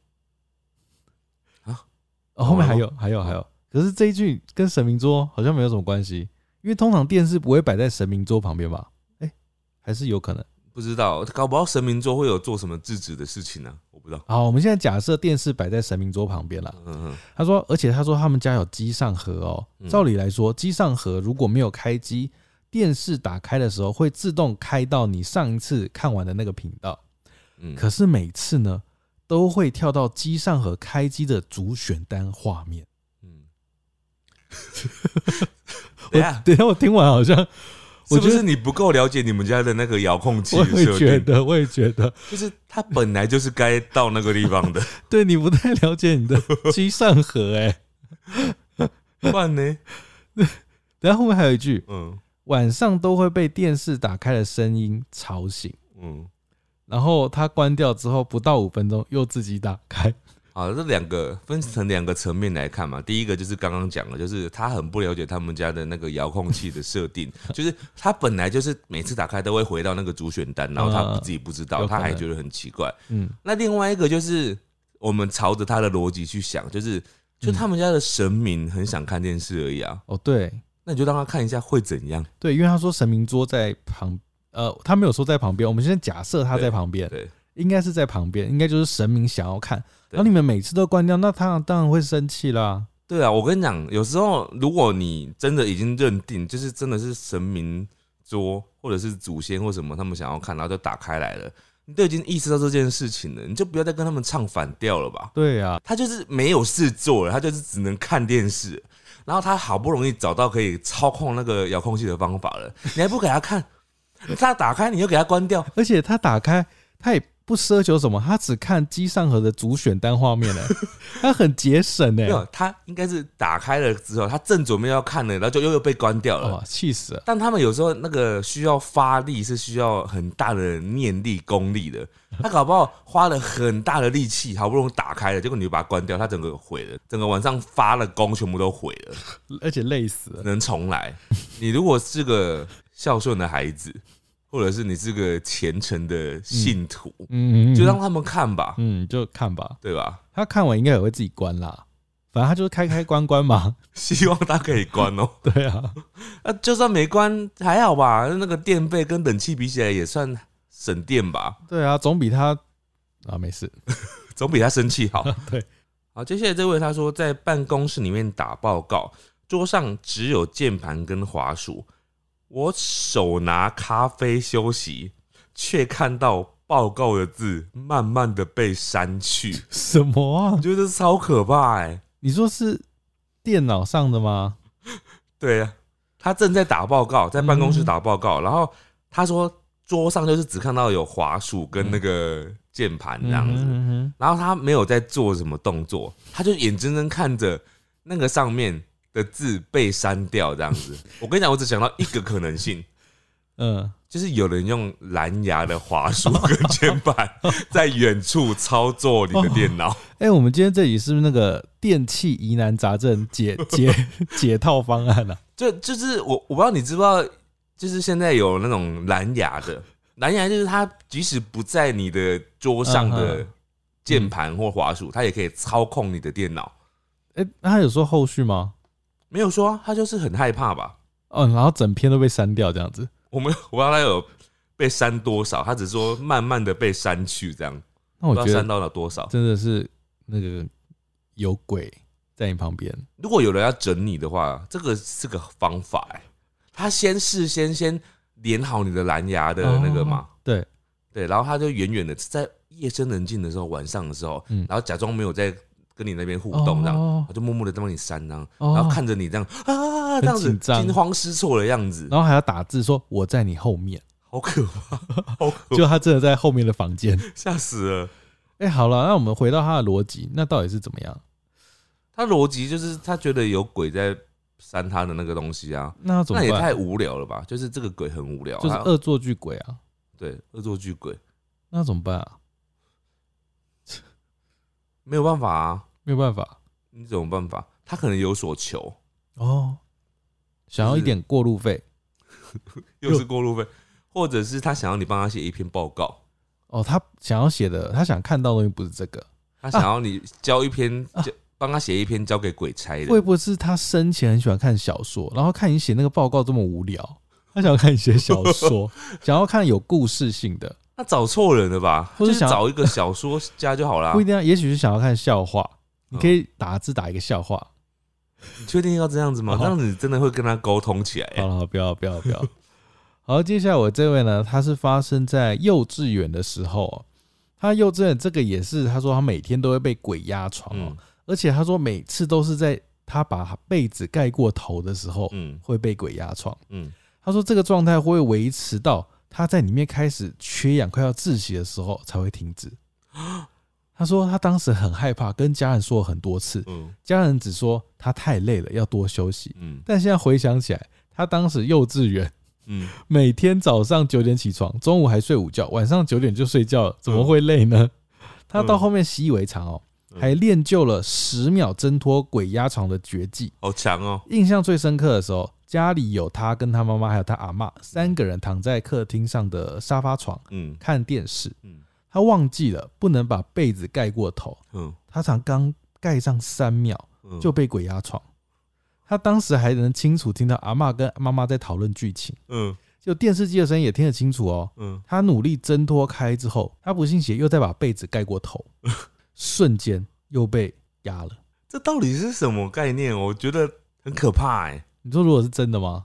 S2: 哦，后面还有，还有，还有。可是这一句跟神明桌好像没有什么关系，因为通常电视不会摆在神明桌旁边吧？哎、还是有可能。
S1: 不知道，搞不好神明座会有做什么制止的事情呢、我不知道。
S2: 好，我们现在假设电视摆在神明桌旁边了。
S1: 嗯嗯
S2: 他说，而且他说他们家有机上盒哦。
S1: 嗯
S2: 照理来说，机上盒如果没有开机，电视打开的时候会自动开到你上一次看完的那个频道。
S1: 嗯，
S2: 可是每次呢，都会跳到机上盒开机的主选单画面。
S1: 嗯，
S2: 我
S1: 等一下
S2: 等一下我听完好像
S1: 是
S2: 我
S1: 不
S2: 觉得
S1: 是你不够了解你们家的那个遥控器
S2: 我
S1: 的
S2: 也
S1: 设
S2: 觉
S1: 定？
S2: 得，我也觉得，
S1: 就是它本来就是该到那个地方 的，
S2: 对你不太了解你的居上河哎、
S1: 不然呢？
S2: 然后后面还有一句，
S1: 嗯
S2: 晚上都会被电视打开的声音吵醒，
S1: 嗯，
S2: 然后他关掉之后不到五分钟又自己打开，
S1: 好，这两个分成两个层面来看嘛。第一个就是刚刚讲的，就是他很不了解他们家的那个遥控器的设 定，就是他本来就是每次打开都会回到那个主选单，然后他
S2: 嗯
S1: 自己不知
S2: 有
S1: 道，
S2: 可能
S1: 他还觉得很奇怪。
S2: 嗯，
S1: 那另外一个就是我们朝着他的逻辑去想，就是
S2: 嗯
S1: 就他们家的神明很想看电视而已啊，
S2: 哦对
S1: 那你就让他看一下会怎样。
S2: 对，因为他说神明桌在旁，呃，他没有说在旁边，我们现在假设他在
S1: 对
S2: 旁边，
S1: 对，
S2: 应该是在旁边，应该就是神明想要看，
S1: 对
S2: 然后你们每次都关掉，那他当然会生气啦。
S1: 对啊，我跟你讲，有时候如果你真的已经认定，就是真的是神明桌或者是祖先或什么，他们想要看，然后就打开来了，你都已经意识到这件事情了，你就不要再跟他们唱反调了吧。
S2: 对啊，
S1: 他就是没有事做了，他就是只能看电视，然后他好不容易找到可以操控那个遥控器的方法了，你还不给他看，他打开你就给他关掉，
S2: 而且他打开，他也不奢求什么，他只看机上盒的主选单画面呢、他很节省呢、
S1: 没 有，他应该是打开了之后，他正准备要看了，然后就又又被关掉了。
S2: 哦，气死了！
S1: 但他们有时候那个需要发力是需要很大的念力、功力的。他搞不好花了很大的力气，好不容易打开了，结果你就把它关掉，它整个毁了，整个晚上发了功全部都毁了，
S2: 而且累死了。
S1: 能重来。你如果是个孝顺的孩子，或者是你是个虔诚的信徒，
S2: 嗯，
S1: 就让他们看吧，
S2: 嗯就看吧。
S1: 对吧？
S2: 他看完应该也会自己关啦，反正他就是开开关关嘛。
S1: 希望他可以关哦。
S2: 对啊，
S1: 啊，就算没关还好吧，那个电费跟冷气比起来也算省电吧，
S2: 对啊，总比他啊没事。
S1: 总比他生气好。
S2: 对，
S1: 好，接下来这位他说，在办公室里面打报告，桌上只有键盘跟滑鼠，我手拿咖啡休息，却看到报告的字慢慢的被删去，
S2: 什么啊
S1: 我？觉得这超可怕哎、
S2: 你说是电脑上的吗？
S1: 对啊，他正在打报告，在办公
S2: 嗯
S1: 室打报告，然后他说桌上就是只看到有滑鼠跟那个键盘这样子，
S2: 嗯
S1: 然后他没有在做什么动作，他就眼睁睁看着那个上面的字被删掉，这样 子。我跟你讲，我只想到一个可能性，
S2: 嗯，
S1: 就是有人用蓝牙的滑鼠跟键盘在远处操作你的电脑。
S2: 哎、我们今天这里是不是那个电器疑难杂症解解 解套方案啊？
S1: 就就是我我不知道你知不知道，就是现在有那种蓝牙的，蓝牙就是它即使不在你的桌上
S2: 嗯
S1: 的
S2: 哼
S1: 键盘或滑鼠，它也可以操控你的电脑。
S2: 哎、那他有说后续吗？
S1: 没有说啊、他就是很害怕吧？
S2: 哦，然后整篇都被删掉这样子。
S1: 我们 我不知道他有被删多少，他只说慢慢的被删去这样，不
S2: 那我
S1: 知道
S2: 觉
S1: 删
S2: 得
S1: 到了多少。
S2: 真的是那个有鬼在你旁边，
S1: 如果有人要整你的话，这个是个方法、欸，他先事先先连好你的蓝牙的
S2: 哦
S1: 那个嘛，
S2: 对，
S1: 对，然后他就远远的在夜深人静的时候，晚上的时候，
S2: 嗯
S1: 然后假装没有在跟你那边互动这样，
S2: 哦
S1: 他就默默的帮你删这样，
S2: 哦
S1: 然后看着你这样啊这样子
S2: 很紧张哦
S1: 惊慌失措的样子，
S2: 然后还要打字说我在你后面，
S1: 好可怕，好可怕，
S2: 就他真的在后面的房间。
S1: 吓死了。
S2: 哎、好了，那我们回到他的逻辑，那到底是怎么样？
S1: 他逻辑就是他觉得有鬼在删他的那个东西啊，
S2: 那要怎么
S1: 那也
S2: 办？
S1: 太无聊了吧？就是这个鬼很无聊，
S2: 就是
S1: 他
S2: 恶作剧鬼啊，
S1: 对恶作剧鬼，
S2: 那要怎么办啊？
S1: 没有办法啊，
S2: 没有办法
S1: 你怎么办法？他可能有所求，
S2: 哦，想要一点过路费
S1: 又是过路费，或者是他想要你帮他写一篇报告，
S2: 哦，他想要写的，他想看到的东西不是这个，
S1: 他想要你交一篇
S2: 啊，
S1: 交帮他写一篇交给鬼差
S2: 会
S1: 的。
S2: 不会是他生前很喜欢看小说，然后看你写那个报告这么无聊，他想要看你写小 说，想要看有故事性的，
S1: 那找错人了吧？
S2: 或
S1: 就
S2: 者
S1: 是
S2: 想
S1: 找一个小说家就好啦
S2: 不一。定要，啊也许是想要看笑话，你
S1: 嗯
S2: 可以打字打一个笑话。
S1: 你确定要这样子吗
S2: 哦？
S1: 这样子你真的会跟他沟通起来欸、
S2: 好了，好不要不要不要。 好，接下来我这位呢，他是发生在幼稚园的时候哦，他幼稚园这个也是，他说他每天都会被鬼压床哦，
S1: 嗯
S2: 而且他说每次都是在他把被子盖过头的时候
S1: 嗯
S2: 会被鬼压床。
S1: 嗯
S2: 他说这个状态会维持到他在里面开始缺氧、快要窒息的时候才会停止。他说他当时很害怕，跟家人说了很多次，
S1: 嗯
S2: 家人只说他太累了，要多休息。
S1: 嗯
S2: 但现在回想起来，他当时幼稚园，
S1: 嗯，
S2: 每天早上九点起床，中午还睡午觉，晚上九点就睡觉了，怎么会累呢？他到后面习以为常哦，
S1: 嗯
S2: 还练就了十秒挣脱鬼压床的绝技。
S1: 好强哦，
S2: 印象最深刻的时候，家里有他跟他妈妈还有他阿嬷三个人躺在客厅上的沙发床
S1: 嗯
S2: 看电视，
S1: 嗯
S2: 他忘记了不能把被子盖过头，
S1: 嗯
S2: 他才刚盖上三秒
S1: 嗯，
S2: 就被鬼压床。他当时还能清楚听到阿嬷跟妈妈在讨论剧情，
S1: 嗯
S2: 就电视机的声音也听得清楚哦。
S1: 嗯，
S2: 他努力挣脱开之后，他不信邪，又再把被子盖过头，瞬间又被压了。
S1: 这到底是什么概念？我觉得很可怕哎、
S2: 你说如果是真的吗？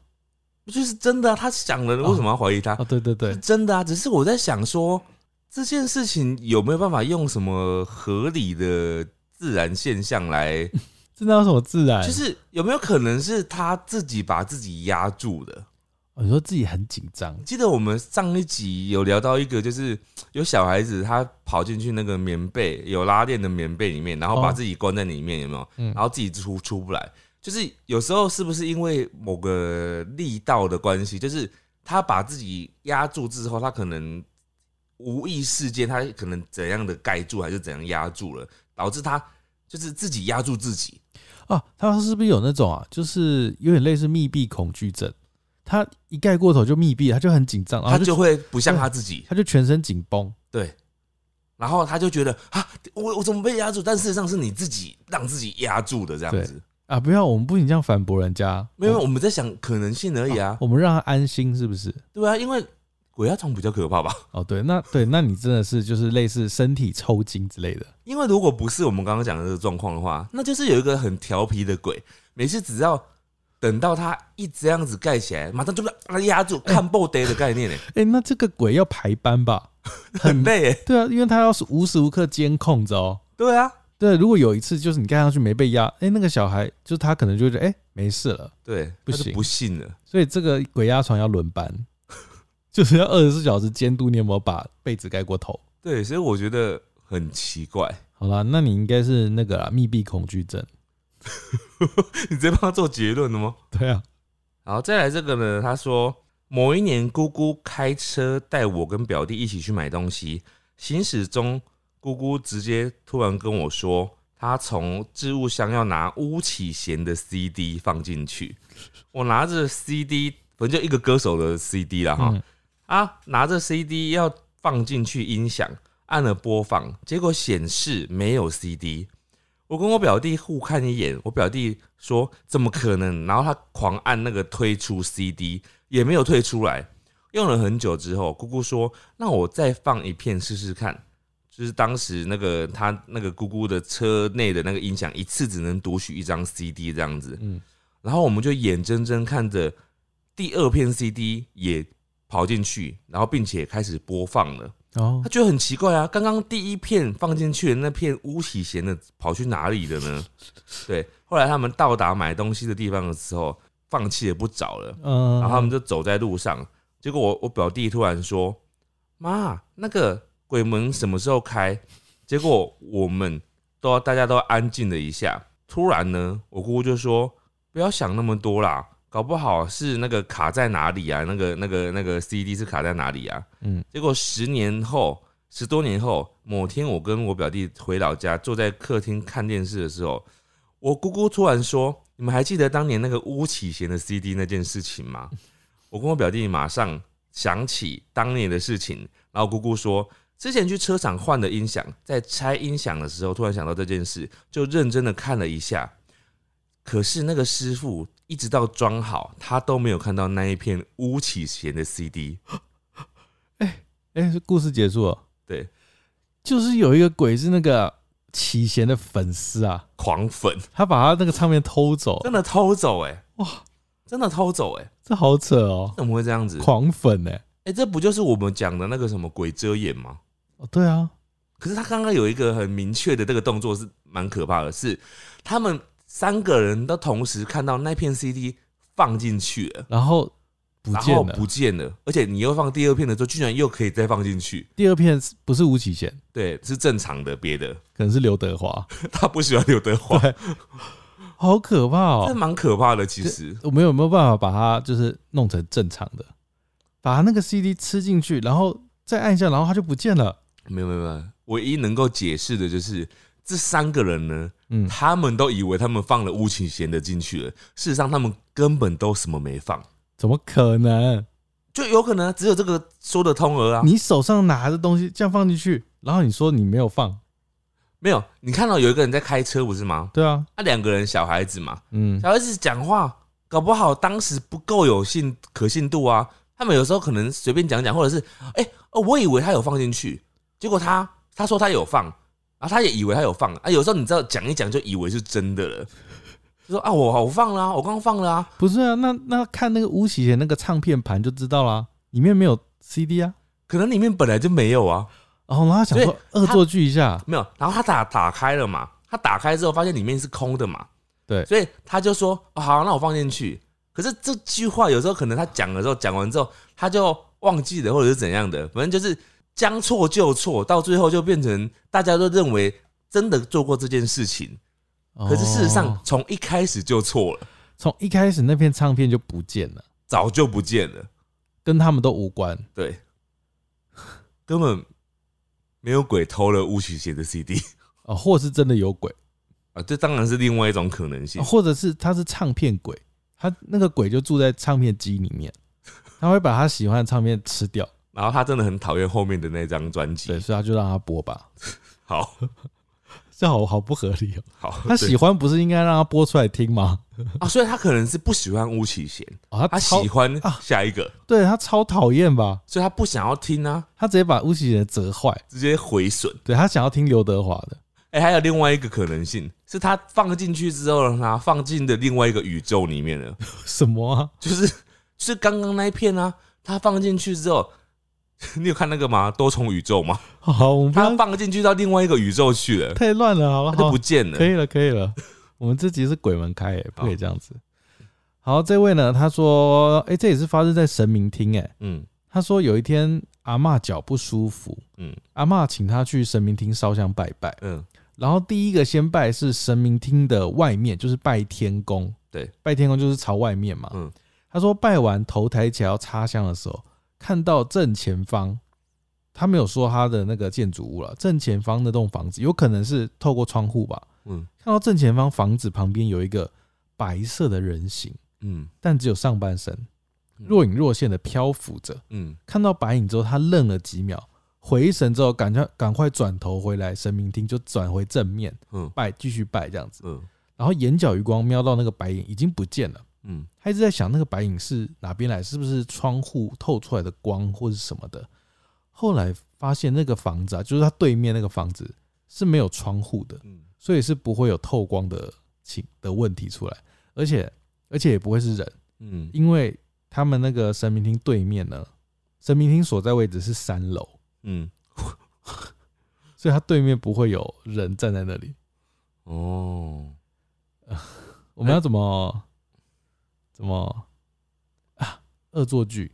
S1: 就是真的、啊，他想的，为什么要怀疑他？
S2: 啊，对对对
S1: 是，真的啊，只是我在想说这件事情有没有办法用什么合理的自然现象来，
S2: 真的有什么自然？
S1: 就是有没有可能是他自己把自己压住的？
S2: 哦你说自己很紧张
S1: 记得我们上一集有聊到一个，就是有小孩子他跑进去那个棉被有拉链的棉被里面，然后把
S2: 哦
S1: 自己关在里面，有没有？
S2: 嗯
S1: 然后自己出出不来，就是有时候是不是因为某个力道的关系，就是他把自己压住之后，他可能无意识间他可能怎样的盖住还是怎样压住了，导致他就是自己压住自己。
S2: 啊？他是不是有那种啊，就是有点类似密闭恐惧症？他一盖过头就密闭，他就很紧张，
S1: 他
S2: 然后哦就
S1: 就会不像他自己，
S2: 他就全身紧绷。
S1: 对，然后他就觉得啊，我我怎么被压住？但事实上是你自己让自己压住的这样子。
S2: 啊，不要，我们不仅这样反驳人家，
S1: 没有，我们在想可能性而已啊，
S2: 我们让他安心，是不是？
S1: 对啊，因为鬼压床比较可怕吧？
S2: 哦，对，那对，那你真的是就是类似身体抽筋之类的，
S1: 因为如果不是我们刚刚讲的这个状况的话，那就是有一个很调皮的鬼，每次只要等到他一这样子盖起来，马上就把他压住，看爆呆的概念呢、
S2: 哎、那这个鬼要排班 吧？
S1: 很累、欸。
S2: 对啊，因为他要是无时无刻监控着哦。
S1: 对啊，
S2: 对，如果有一次就是你盖上去没被压，哎、那个小孩就是他可能就会觉得哎、诶没事了，
S1: 对，
S2: 不
S1: 他就
S2: 行
S1: 不信了。
S2: 所以这个鬼压床要轮班， 就是要二十四小时监督你有没有把被子盖过头。
S1: 对，所以我觉得很奇怪，
S2: 好啦，那你应该是那个啦，密闭恐惧症。
S1: 你直接帮他做结论了吗？
S2: 对啊，
S1: 然后再来这个呢，他说某一年姑姑开车带我跟表弟一起去买东西，行驶中姑姑直接突然跟我说，她从置物箱要拿巫启贤的 CD 放进去，我拿着 CD，反正就一个歌手的 CD 啦哈，
S2: 嗯
S1: 啊，拿着 CD 要放进去音响，按了播放，结果显示没有 CD。我跟我表弟互看一眼，我表弟说：“怎么可能？”然后他狂按那个推出 CD，也没有退出来。用了很久之后，姑姑说：“那我再放一片试试看。”就是当时那个他那个姑姑的车内的那个音响，一次只能读取一张 CD 这样子。
S2: 嗯
S1: 然后我们就眼睁睁看着第二片 CD 也跑进去，然后并且开始播放了。
S2: 哦
S1: 他，觉得很奇怪啊，刚刚第一片放进去的那片巫启贤的跑去哪里了呢？对，后来他们到达买东西的地方的时候，放弃也不找了，
S2: 嗯，
S1: 然后他们就走在路上，结果我我表弟突然说：“妈，那个鬼门什么时候开？”结果我们都大家都安静了一下。突然呢，我姑姑就说：“不要想那么多啦，搞不好是那个卡在哪里啊？那个那个那个 CD 是卡在哪里啊？”
S2: 嗯，
S1: 结果十年后，十多年后，某天我跟我表弟回老家，坐在客厅看电视的时候，我姑姑突然说：“你们还记得当年那个巫启贤的 CD 那件事情吗？”我跟我表弟马上想起当年的事情，然后姑姑说。之前去车厂换的音响，在拆音响的时候，突然想到这件事，就认真的看了一下。可是那个师傅一直到装好，他都没有看到那一片巫启贤的 CD。
S2: 哎、故事结束了。
S1: 对，
S2: 就是有一个鬼是那个启贤的粉丝啊，
S1: 狂粉，
S2: 他把他那个唱片偷走，
S1: 真的偷走哎、
S2: 哇，
S1: 真的偷走哎、
S2: 这好扯哦，
S1: 怎么会这样子？哎、
S2: 狂粉哎、
S1: 这不就是我们讲的那个什么鬼遮眼吗？
S2: 哦，对啊，
S1: 可是他刚刚有一个很明确的这个动作是蛮可怕的，是他们三个人都同时看到那片 CD 放进去了，
S2: 然后不
S1: 然后
S2: 见了。
S1: 不见了，而且你又放第二片的时候，居然又可以再放进去，
S2: 第二片是不是吴启贤，
S1: 对，是正常的。别的
S2: 可能是刘德 华，
S1: 他不喜欢刘德华，
S2: 对好可怕
S1: 这
S2: 哦！
S1: 蛮可怕的。其实
S2: 我们有没有办法把它就是弄成正常的，把那个 CD 吃进去，然后再按一下，然后它就不见了。
S1: 没有没有没有，唯一能够解释的就是这三个人呢，
S2: 嗯，
S1: 他们都以为他们放了巫启贤的进去了，事实上他们根本都什么没放，
S2: 怎么可能？
S1: 就有可能啊只有这个说得通而啊。
S2: 你手上拿着东西这样放进去，然后你说你没有放，
S1: 没有，你看到有一个人在开车不是吗？
S2: 对啊，
S1: 啊，两个人小孩子嘛，
S2: 嗯，
S1: 小孩子讲话搞不好当时不够有信可信度啊。他们有时候可能随便讲讲，或者是哎、哦，我以为他有放进去，结果他他说他有放，然后他也以为他有放啊。有时候你知道讲一讲就以为是真的了，就说啊我我放了、啊，我刚放了啊。
S2: 不是啊，那那看那个吴启贤那个唱片盘就知道啦，里面没有 CD 啊。
S1: 可能里面本来就没有啊，
S2: 哦，然后他想说恶作剧一下，
S1: 没有。然后他打打开了嘛，他打开之后发现里面是空的嘛，
S2: 对
S1: 所以他就说、哦、好，那我放进去。可是这句话有时候可能他讲了之后，讲完之后他就忘记了，或者是怎样的，反正就是将错就错，到最后就变成大家都认为真的做过这件事情，可是事实上
S2: 哦
S1: 从一开始就错了，
S2: 从一开始那片唱片就不见了，
S1: 早就不见了，
S2: 跟他们都无关。
S1: 对，根本没有鬼偷了巫启贤的 CD
S2: 哦，或是真的有鬼，
S1: 啊，这当然是另外一种可能性。
S2: 哦或者是他是唱片鬼，他那个鬼就住在唱片机里面，他会把他喜欢的唱片吃掉，
S1: 然后他真的很讨厌后面的那张专
S2: 对，
S1: 辑。
S2: 所以他就让他播吧，
S1: 好
S2: 这好好不合理哦。
S1: 好，
S2: 他喜
S1: 喜
S2: 欢不是应该让他播出来听吗？
S1: 啊，所以他可能是不喜欢巫启贤，
S2: 哦，
S1: 他
S2: 他超
S1: 喜欢
S2: 啊
S1: 下一个，
S2: 对他超讨厌吧，
S1: 所以他不想要听啊，
S2: 他直接把巫启贤折坏，
S1: 直接毁损。
S2: 对他想要听刘德华的，
S1: 哎、还有另外一个可能性是他放进去之后，让他放进的另外一个宇宙里面了，
S2: 什么啊？
S1: 就是就是刚刚那一片啊，他放进去之后。 你有看那个吗？多重宇宙吗？
S2: 好，我们不
S1: 他
S2: 要
S1: 放进去到另外一个宇宙去了，
S2: 太乱了，好了，
S1: 他就
S2: 好
S1: 不，见了
S2: 可。以了，可以了。我们这集是鬼门开，哎，不可以这样子。好，这位呢，他说，哎、这也是发生在神明厅，哎，
S1: 嗯
S2: 他说有一天阿嬷脚不舒服，
S1: 嗯
S2: 阿嬷请他去神明厅烧香拜拜，
S1: 嗯，
S2: 然后第一个先拜是神明厅的外面，就是拜天公，
S1: 对，
S2: 拜天公就是朝外面嘛，
S1: 嗯
S2: 他说拜完头抬起来要插香的时候，看到正前方，他没有说他的那个建筑物了，正前方那栋房子有可能是透过窗户吧，
S1: 嗯
S2: 看到正前方房子旁边有一个白色的人形，
S1: 嗯
S2: 但只有上半身，若隐若现的漂浮着。
S1: 嗯
S2: 看到白影之后，他愣了几秒，回神之后，赶快赶快转头回来，神明厅就转回正面
S1: 嗯
S2: 拜，继续拜这样子。
S1: 嗯
S2: 然后眼角余光瞄到那个白影已经不见了，
S1: 嗯
S2: 他一直在想那个白影是哪边来，是不是窗户透出来的光或是什么的。后来发现那个房子啊，就是他对面那个房子是没有窗户的，
S1: 嗯
S2: 所以是不会有透光的情的问题出来，而且而且也不会是人，
S1: 嗯，
S2: 因为他们那个神明厅对面呢，神明厅所在位置是三楼，
S1: 嗯，
S2: 所以它对面不会有人站在那里。
S1: 哦，
S2: 我们要怎么、怎么啊？恶作剧，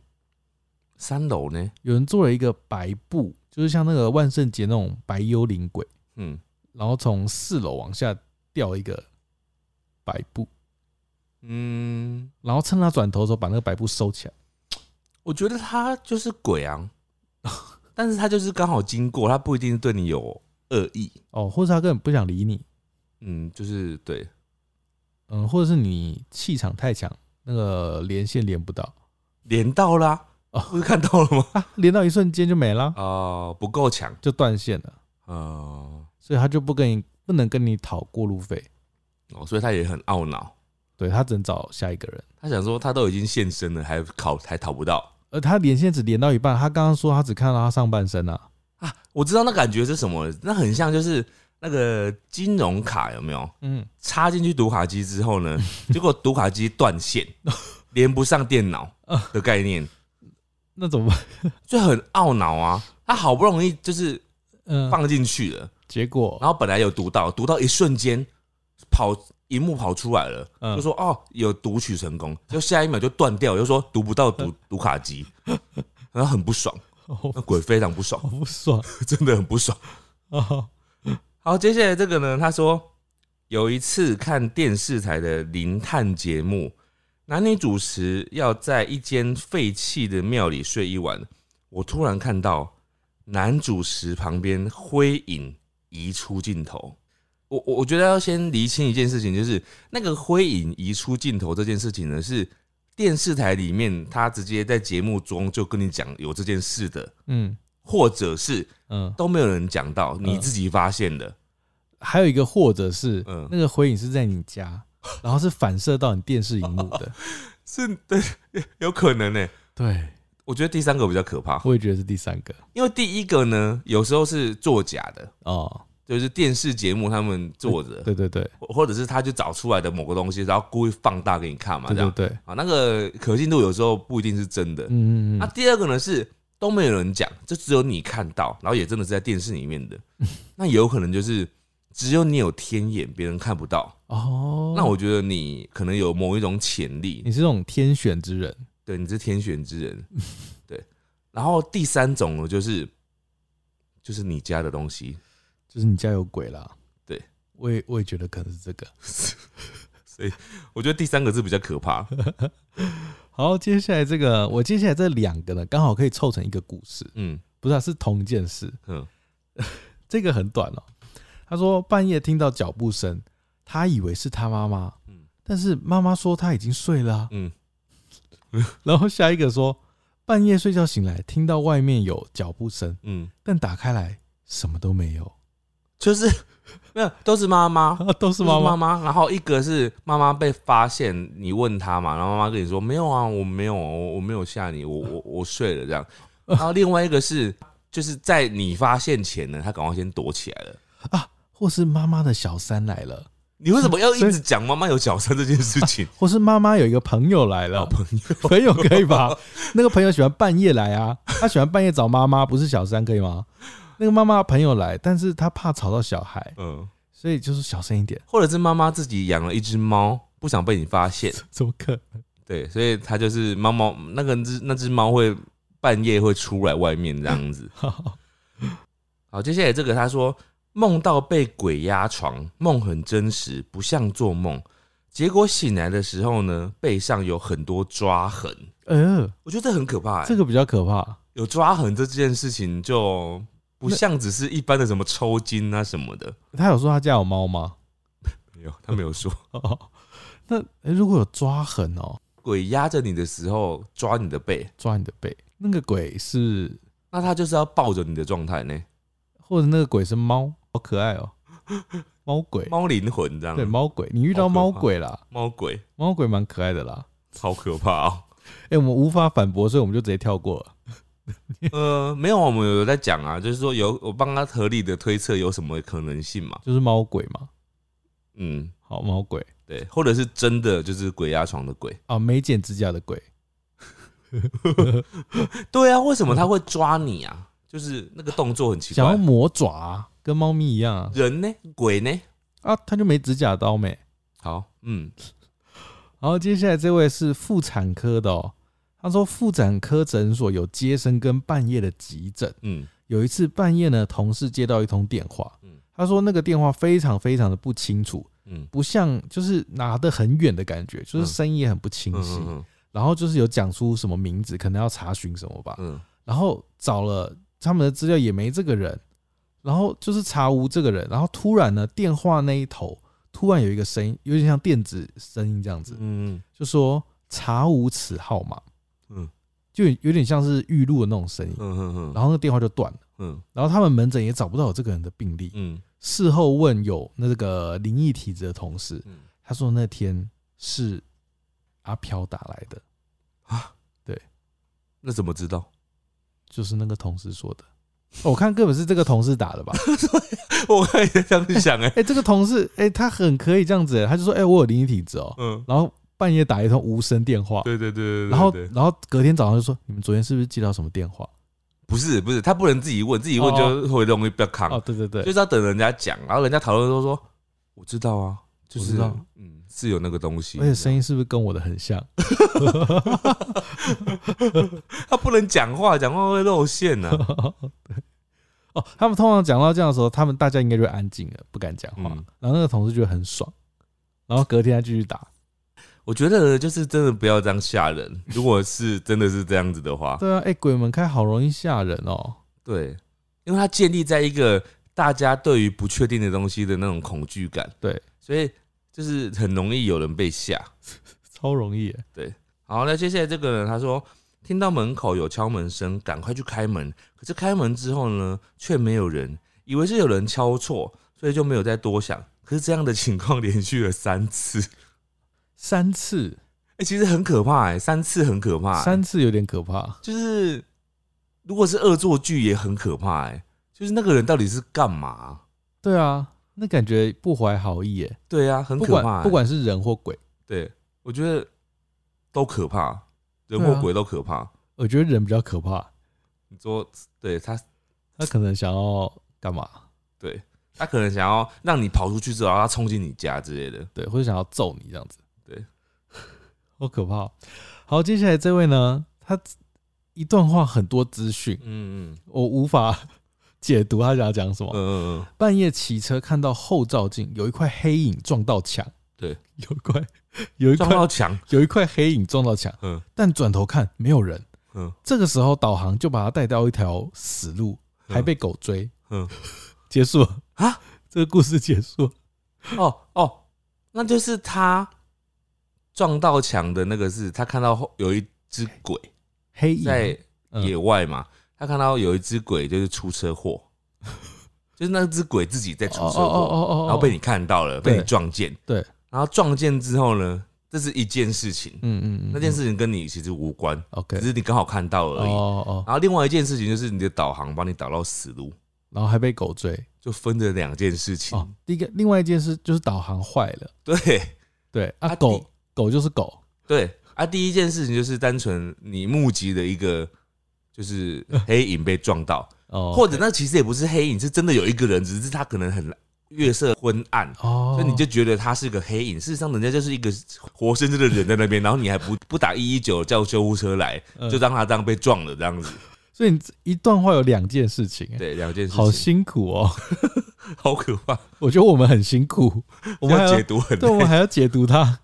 S1: 三楼呢？
S2: 有人做了一个白布，就是像那个万圣节那种白幽灵鬼，
S1: 嗯
S2: 然后从四楼往下掉一个白布，
S1: 嗯，
S2: 然后趁他转头的时候把那个白布收起来。
S1: 我觉得他就是鬼 啊，但是他就是刚好经过，他不一定对你有恶意。
S2: 哦，或者他根本不想理你，
S1: 嗯，就是对，
S2: 嗯，或者是你气场太强，那个连线连不到
S1: 连到啦、
S2: 哦
S1: 不是看到了 吗？
S2: 啊，连到一瞬间就没了，
S1: 哦，不够强，
S2: 就断线了，
S1: 哦
S2: 所以他就不跟你不能跟你讨过路费，
S1: 哦，所以他也很懊恼，
S2: 对他只能找下一个人，
S1: 他想说他都已经现身了，还考还讨不到
S2: 而他连线只连到一半，他刚刚说他只看到他上半身啊，
S1: 啊！我知道那感觉是什么了，那很像就是那个金融卡有没有？
S2: 嗯，
S1: 插进去读卡机之后呢，结果读卡机断线，连不上电脑的概念，
S2: 那怎么办？
S1: 就很懊恼啊。他好不容易就是
S2: 嗯、
S1: 放进去了，
S2: 结果
S1: 然后本来有读到，读到一瞬间跑荧幕跑出来了，
S2: 嗯
S1: 就说哦有读取成功，就下一秒就断掉，就说读不到读读卡机，然后很不爽，
S2: 好
S1: 那鬼非常不爽
S2: 好，不 爽
S1: 真的很不爽。
S2: 啊！
S1: 好，接下来这个呢，他说有一次看电视台的灵探节目，男女主持要在一间废弃的庙里睡一晚，我突然看到男主持旁边灰影移出镜头。我我我觉得要先厘清一件事情，就是那个灰影移出镜头这件事情呢，是电视台里面他直接在节目中就跟你讲有这件事的，
S2: 嗯
S1: 或者是
S2: 嗯，
S1: 都没有人讲到，你
S2: 嗯
S1: 自己发现的。
S2: 还有一个或者是
S1: 嗯
S2: 那个灰影是在你家，然后是反射到你电视荧幕 的。
S1: 是对，有可能呢、
S2: 对，
S1: 我觉得第三个比较可怕，
S2: 我也觉得是第三个
S1: 因为第一个呢，有时候是作假的，
S2: 哦。
S1: 就是电视节目他们做的，
S2: 对对对
S1: 或或者是他就找出来的某个东西，然后故意放大给你看嘛，这
S2: 对对
S1: 样
S2: 对，
S1: 啊，那个可信度有时候不一定是真的。
S2: 嗯嗯
S1: 那
S2: 嗯，
S1: 第二个呢是都没有人讲，就只有你看到，然后也真的是在电视里 面的，那有可能就是只有你有天眼，别人看不到。
S2: 哦，
S1: 那我觉得你可能有某一种潜力，
S2: 你是这种天选之人，
S1: 对，你是天选之人，对。然后第三种呢，就是就是你家的东西，
S2: 就是你家有鬼啦。
S1: 对，
S2: 我也我也觉得可能是这个。
S1: 我觉得第三个字比较可怕。
S2: 好，接下来这个，我接下来这两个呢，刚好可以凑成一个故事，
S1: 嗯
S2: 不是、啊，是同一件事。
S1: 嗯，
S2: 这个很短哦。他说半夜听到脚步声，他以为是他妈妈，
S1: 嗯
S2: 但是妈妈说他已经睡了啊、
S1: 嗯，
S2: 然后下一个说半夜睡觉醒来，听到外面有脚步声，
S1: 嗯，
S2: 但打开来什么都没有，
S1: 就是没有，都是妈妈，
S2: 啊、都是妈
S1: 都妈
S2: 妈。
S1: 妈。然后一个是妈妈被发现，你问她嘛，然后妈妈跟你说没有啊，我没有，我我没有吓你，我我我睡了这样。然后另外一个是，就是在你发现前呢，她赶快先躲起来了。
S2: 或是妈妈的小三来了，
S1: 你为什么要一
S2: 所以
S1: 直讲妈妈有脚伤这件事情？
S2: 或是妈妈有一个朋友来了，
S1: 好朋友，
S2: 朋友可以吧？那个朋友喜欢半夜来啊，他喜欢半夜找妈妈，不是小三可以吗？那个妈妈的朋友来，但是他怕吵到小孩，
S1: 嗯。
S2: 所以就是小声一点，
S1: 或者是妈妈自己养了一只猫，不想被你发 现，
S2: 怎么可能？
S1: 对，所以它就是猫猫那个只那只猫会半夜会出来外面这样 子。
S2: 好
S1: 好，接下来这个他说梦到被鬼压床，梦很真实，不像做梦。结果醒来的时候呢，背上有很多抓痕，
S2: 呃，
S1: 我觉得这很可怕、欸。
S2: 这个比较可怕。
S1: 有抓痕这件事情就不像只是一般的什么抽筋啊什么的，
S2: 他有说他家有猫吗？
S1: 没有，他没有说。
S2: 哦， 那、诶如果有抓痕哦，
S1: 鬼压着你的时候抓你的背，
S2: 抓你的背，那个鬼是，
S1: 那他就是要抱着你的状态呢。
S2: 或者那个鬼是猫，好可爱 哦，猫鬼，
S1: 猫灵魂这样，
S2: 对，猫鬼，你遇到
S1: 好
S2: 猫
S1: 可怕
S2: 鬼啦，
S1: 猫鬼，
S2: 猫鬼蛮可爱的啦。
S1: 好可怕哦。
S2: 哎、我们无法反驳，所以我们就直接跳过了。
S1: 呃，没有，我们有在讲啊，就是说有我帮他合理的推测有什么可能性嘛？
S2: 就是猫鬼嘛，
S1: 嗯，
S2: 好猫鬼
S1: 对，或者是真的就是鬼压床的鬼。
S2: 啊，没剪指甲的鬼，
S1: 对啊，为什么他会抓你啊？就是那个动作很奇
S2: 想要
S1: 怪。嗯
S2: 磨爪啊、跟猫咪一样啊，
S1: 人呢？鬼呢？
S2: 啊，他就没指甲刀没。
S1: 好，嗯，
S2: 然后接下来这位是妇产科的哦，他说妇产科诊所有接生跟半夜的急诊。
S1: 嗯
S2: 有一次半夜呢，同事接到一通电话
S1: 嗯，
S2: 他说那个电话非常非常的不清楚，
S1: 嗯
S2: 不像就是拿得很远的感觉，就是
S1: 嗯
S2: 声音也很不清
S1: 嗯
S2: 晰。
S1: 嗯
S2: 然后就是有讲出什么名字，可能要查询什么吧。
S1: 嗯
S2: 然后找了他们的资料也没这个人，然后就是查无这个人，然后突然呢，电话那一头突然有一个声音，有点像电子声音这样子，
S1: 嗯
S2: 就说查无此号码，
S1: 嗯
S2: 就有点像是预录的那种声音，
S1: 嗯
S2: 然后那电话就断了。
S1: 嗯
S2: 然后他们门诊也找不到有这个人的病历，
S1: 嗯
S2: 事后问有那个灵异体质的同事，
S1: 嗯
S2: 他说那天是阿飘打来的，
S1: 啊，
S2: 对，
S1: 那怎么知道？
S2: 就是那个同事说的。哦我看根本是这个同事打的吧？
S1: 我刚才也这样想哎，
S2: 哎、这个同事，哎、他很可以这样子、他就说，哎、我有灵异体质哦、
S1: 嗯，
S2: 然后半夜打一通无声电话，
S1: 对对对对，对
S2: 然后
S1: 对
S2: 然后隔天早上就说，你们昨天是不是接到什么电话？
S1: 不是不是，他不能自己问，自己问
S2: 哦
S1: 就会容易被坑。
S2: 哦，对对对
S1: 就是要等人家讲，然后人家讨论都说我知道啊，就
S2: 我
S1: 是
S2: 知道
S1: 嗯是有那个东西，
S2: 而且声音是不是跟我的很像？
S1: 他不能讲话，讲话会啊露馅 呢、
S2: 哦，他们通常讲到这样的时候，他们大家应该就会安静了，不敢讲话。
S1: 嗯
S2: 然后那个同事就会很爽，然后隔天他继续打。
S1: 啊我觉得就是真的不要这样吓 人。如果是真的是这样子的话，
S2: 对啊，哎、鬼门开好容易吓人哦。
S1: 对，因为它建立在一个大家对于不确定的东西的那种恐惧感，
S2: 对，
S1: 所以就是很容易有人被吓。
S2: 超容易耶，欸
S1: 好，那接下来这个人他说，听到门口有敲门声，赶快去开门。可是开门之后呢，却没有人，以为是有人敲错，所以就没有再多想。可是这样的情况连续了三次，
S2: 三次，
S1: 哎、其实很可怕哎、三次很可怕、欸，
S2: 三次有点可怕。
S1: 就是如果是恶作剧也很可怕哎、就是那个人到底是干嘛？
S2: 对啊，那感觉不怀好意耶。
S1: 对啊，很
S2: 不
S1: 可怕、
S2: 管
S1: 欸
S2: 不管是人或鬼，
S1: 对，我觉得都可怕，人
S2: 啊
S1: 或鬼都可怕。
S2: 我觉得人比较可怕，
S1: 你说，对他，
S2: 他可能想要干嘛？
S1: 对他可能想要让你跑出去之后，然后他冲进你家之类的。
S2: 对，或者想要揍你这样子。
S1: 对，
S2: 好可怕哦、好，接下来这位呢，他一段话很多资讯，
S1: 嗯
S2: 我无法 解读他想要讲什
S1: 嗯
S2: 么。
S1: 嗯嗯，
S2: 半夜骑车看到后照镜有一块黑影撞到墙，
S1: 对，
S2: 有一块有一
S1: 嗯撞
S2: 块
S1: 到墙，
S2: 有一块黑影撞到墙，
S1: 嗯
S2: 但转头看没有人。
S1: 嗯
S2: 这个时候导航就把他带到一条死路，
S1: 嗯
S2: 还被狗追，
S1: 嗯，
S2: 结束了
S1: 啊！
S2: 这个故事结束了，
S1: 哦哦，那就是他撞到墙的那个是他看到后有一只鬼
S2: 黑影
S1: 在
S2: 嗯
S1: 野外嘛，他看到有一只鬼就是出车 祸，就是那只鬼自己在出车祸。
S2: 哦
S1: 然后被你看到了，
S2: 对
S1: 被你撞见，
S2: 对，
S1: 然后撞见之后呢，这是一件事情，
S2: 嗯嗯嗯，
S1: 那件事情跟你其实无关，
S2: OK
S1: 只是你刚好看到而已。
S2: 哦哦，
S1: 然后另外一件事情就是你的导航把你导到死路，
S2: 然后还被狗追
S1: 就分了两件事
S2: 哦
S1: 情。。
S2: 第一个，另外一件事就是导航坏了，
S1: 对
S2: 对啊，
S1: 啊
S2: 狗
S1: 第
S2: 狗就是狗，
S1: 对啊，第一件事情就是单纯你目击的一个就是黑影被撞到，
S2: 哦，
S1: 或者那其实也不是黑影，是真的有一个人，只是他可能很月色昏暗，
S2: 哦，
S1: 所以你就觉得他是个黑影，事实上人家就是一个活生生的人在那边，然后你还不不打一一九叫救护车来，
S2: 嗯
S1: 就让他这样被撞了这样子。
S2: 所以你一段话有两件事情，哎
S1: 对，两件事情，
S2: 好辛苦哦。
S1: 好可怕，
S2: 我觉得我们很辛苦，我们还
S1: 要解
S2: 要
S1: 读很
S2: 对，我
S1: 累
S2: 们。还要解读它。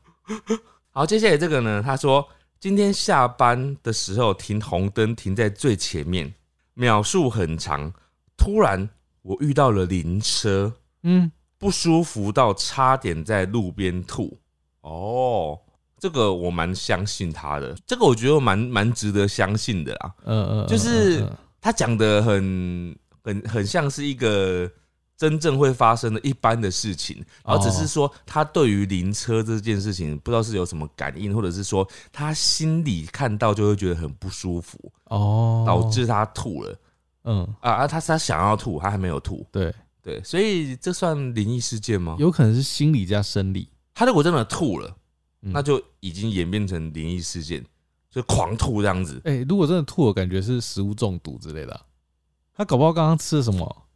S1: 好，接下来这个呢，他说今天下班的时候停红灯，停在最前面，秒数很长，突然我遇到了灵车，
S2: 嗯，
S1: 不舒服到差点在路边吐。哦，这个我蛮相信他的，这个我觉得蛮蛮值得相信的啦。
S2: 嗯嗯，
S1: 就是
S2: 嗯嗯
S1: 他讲的很很很像是一个真正会发生的一般的事情，
S2: 哦
S1: 然后只是说他对于灵车这件事情不知道是有什么感应，或者是说他心里看到就会觉得很不舒服，
S2: 哦，
S1: 导致他吐了
S2: 嗯，
S1: 啊啊！他他想要吐，他还没有吐，
S2: 对，
S1: 对，所以这算灵异事件吗？
S2: 有可能是心理加生理，
S1: 他如果真的吐了，
S2: 嗯
S1: 那就已经演变成灵异事件，就狂吐这样子。
S2: 哎、如果真的吐，我感觉是食物中毒之类的啊。他搞不好刚刚吃了什么？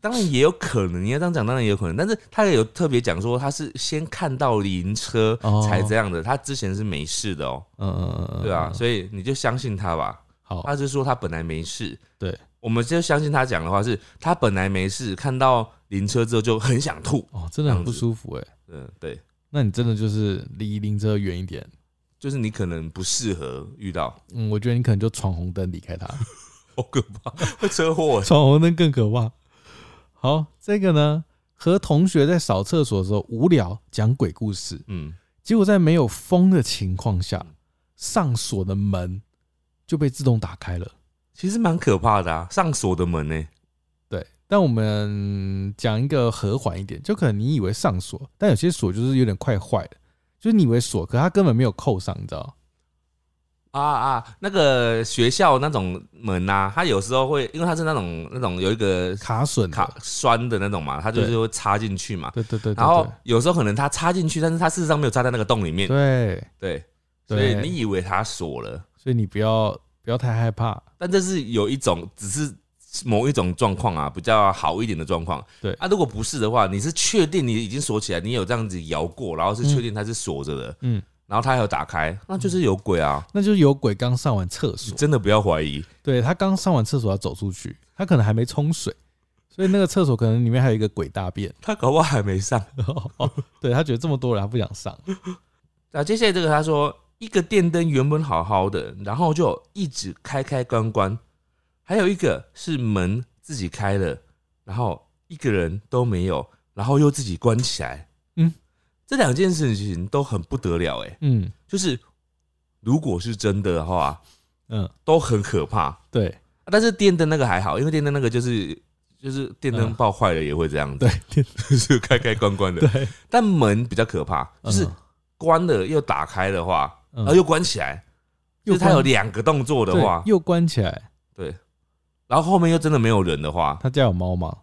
S1: 当然也有可能，你要这样讲，当然也有可能。但是他也有特别讲说，他是先看到灵车
S2: 哦
S1: 才这样的，他之前是没事的哦，
S2: 嗯嗯嗯嗯，
S1: 对啊，
S2: 嗯
S1: 所以你就相信他吧。
S2: 好，
S1: 他是说他本来没事，
S2: 对，
S1: 我们就相信他讲的话是，他本来没事，看到灵车之后就很想吐。
S2: 哦，真
S1: 这
S2: 的很
S1: 样
S2: 不
S1: 子
S2: 舒服哎、
S1: 嗯，对，
S2: 那你真的就是离灵车远一点。
S1: 就是你可能不适合遇到，
S2: 嗯，我觉得你可能就闯红灯离开 它，
S1: 好可怕，会车祸。
S2: 闯红灯更可怕。好，这个呢，和同学在扫厕所的时候无聊讲鬼故事，
S1: 嗯，
S2: 结果在没有风的情况下，上锁的门就被自动打开了。
S1: 其实蛮可怕的啊，上锁的门呢、
S2: 对，但我们讲一个和缓一点，就可能你以为上锁，但有些锁就是有点快坏了，就是你以为锁，可它根本没有扣上，你知道？
S1: 啊啊，那个学校那种门呐、它有时候会，因为它是那种那种有一个
S2: 卡榫的
S1: 卡栓的那种嘛，它就是
S2: 对
S1: 会插进去嘛。
S2: 对对对对
S1: 然后有时候可能它插进去，但是它事实上没有插在那个洞里面
S2: 对，对，
S1: 对，
S2: 对
S1: 所以你以为它锁了，
S2: 所以你不要不要太害怕，
S1: 但这是有一种只是某一种状况啊，比较好一点的状况。
S2: 对
S1: 啊，如果不是的话，你是确定你已经锁起来，你有这样子摇过，然后是确定它是锁着的，
S2: 嗯嗯
S1: 嗯，然后它还有打开，那就是有鬼啊！
S2: 那就是有鬼刚上完厕
S1: 你
S2: 所，
S1: 真的不要怀疑，
S2: 对他刚上完厕所要走出去，他可能还没冲水，所以那个厕所可能里面还有一个鬼大便。
S1: 他搞不好还没上。
S2: 对他觉得这么多人他不想上，
S1: 那接下来这个他说，一个电灯原本好好的，然后就一直开开关关，还有一个是门自己开了，然后一个人都没有，然后又自己关起来。
S2: 嗯，
S1: 这两件事情都很不得了哎、
S2: 嗯
S1: 就是如果是真的的话，
S2: 嗯，
S1: 都很可怕。啊
S2: 对
S1: 但是电灯那个还好，因为电灯那个就是就是电灯
S2: 嗯
S1: 爆坏了也会这样子，
S2: 对对
S1: 就是开开关关的。
S2: 对，
S1: 但门比较可怕，就是
S2: 嗯
S1: 关了又打开的话，
S2: 嗯
S1: 然后又关起来，就是它
S2: 关
S1: 有两个动作的话
S2: 对，又关起来，
S1: 然后后面又真的没有人的话，
S2: 他家有猫吗？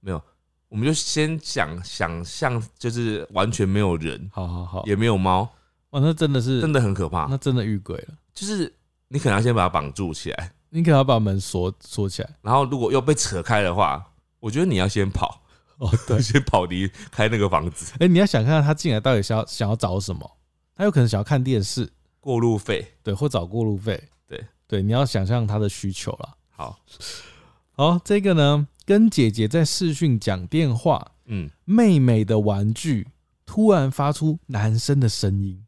S1: 没有，我们就先想想象，就是完全没有人，
S2: 好好好，
S1: 也没有猫，
S2: 哇，那真的是
S1: 真
S2: 的，
S1: 的很可怕
S2: 那。真的遇鬼了。
S1: 就是你可能要先把它绑住起来，
S2: 你可能要把门锁锁起来。
S1: 然后如果又被扯开的话，我觉得你要先跑，
S2: 哦，对
S1: 先跑离开那个房子，
S2: 哎、你要想看看他进来到底想要想要找什么，他有可能想要看电视，
S1: 过路费。
S2: 对，或找过路费，
S1: 对
S2: 对，你要想象他的需求啦。
S1: 好，
S2: 好，这个呢，跟姐姐在视讯讲电话，
S1: 嗯，
S2: 妹妹的玩具突然发出男生的声音，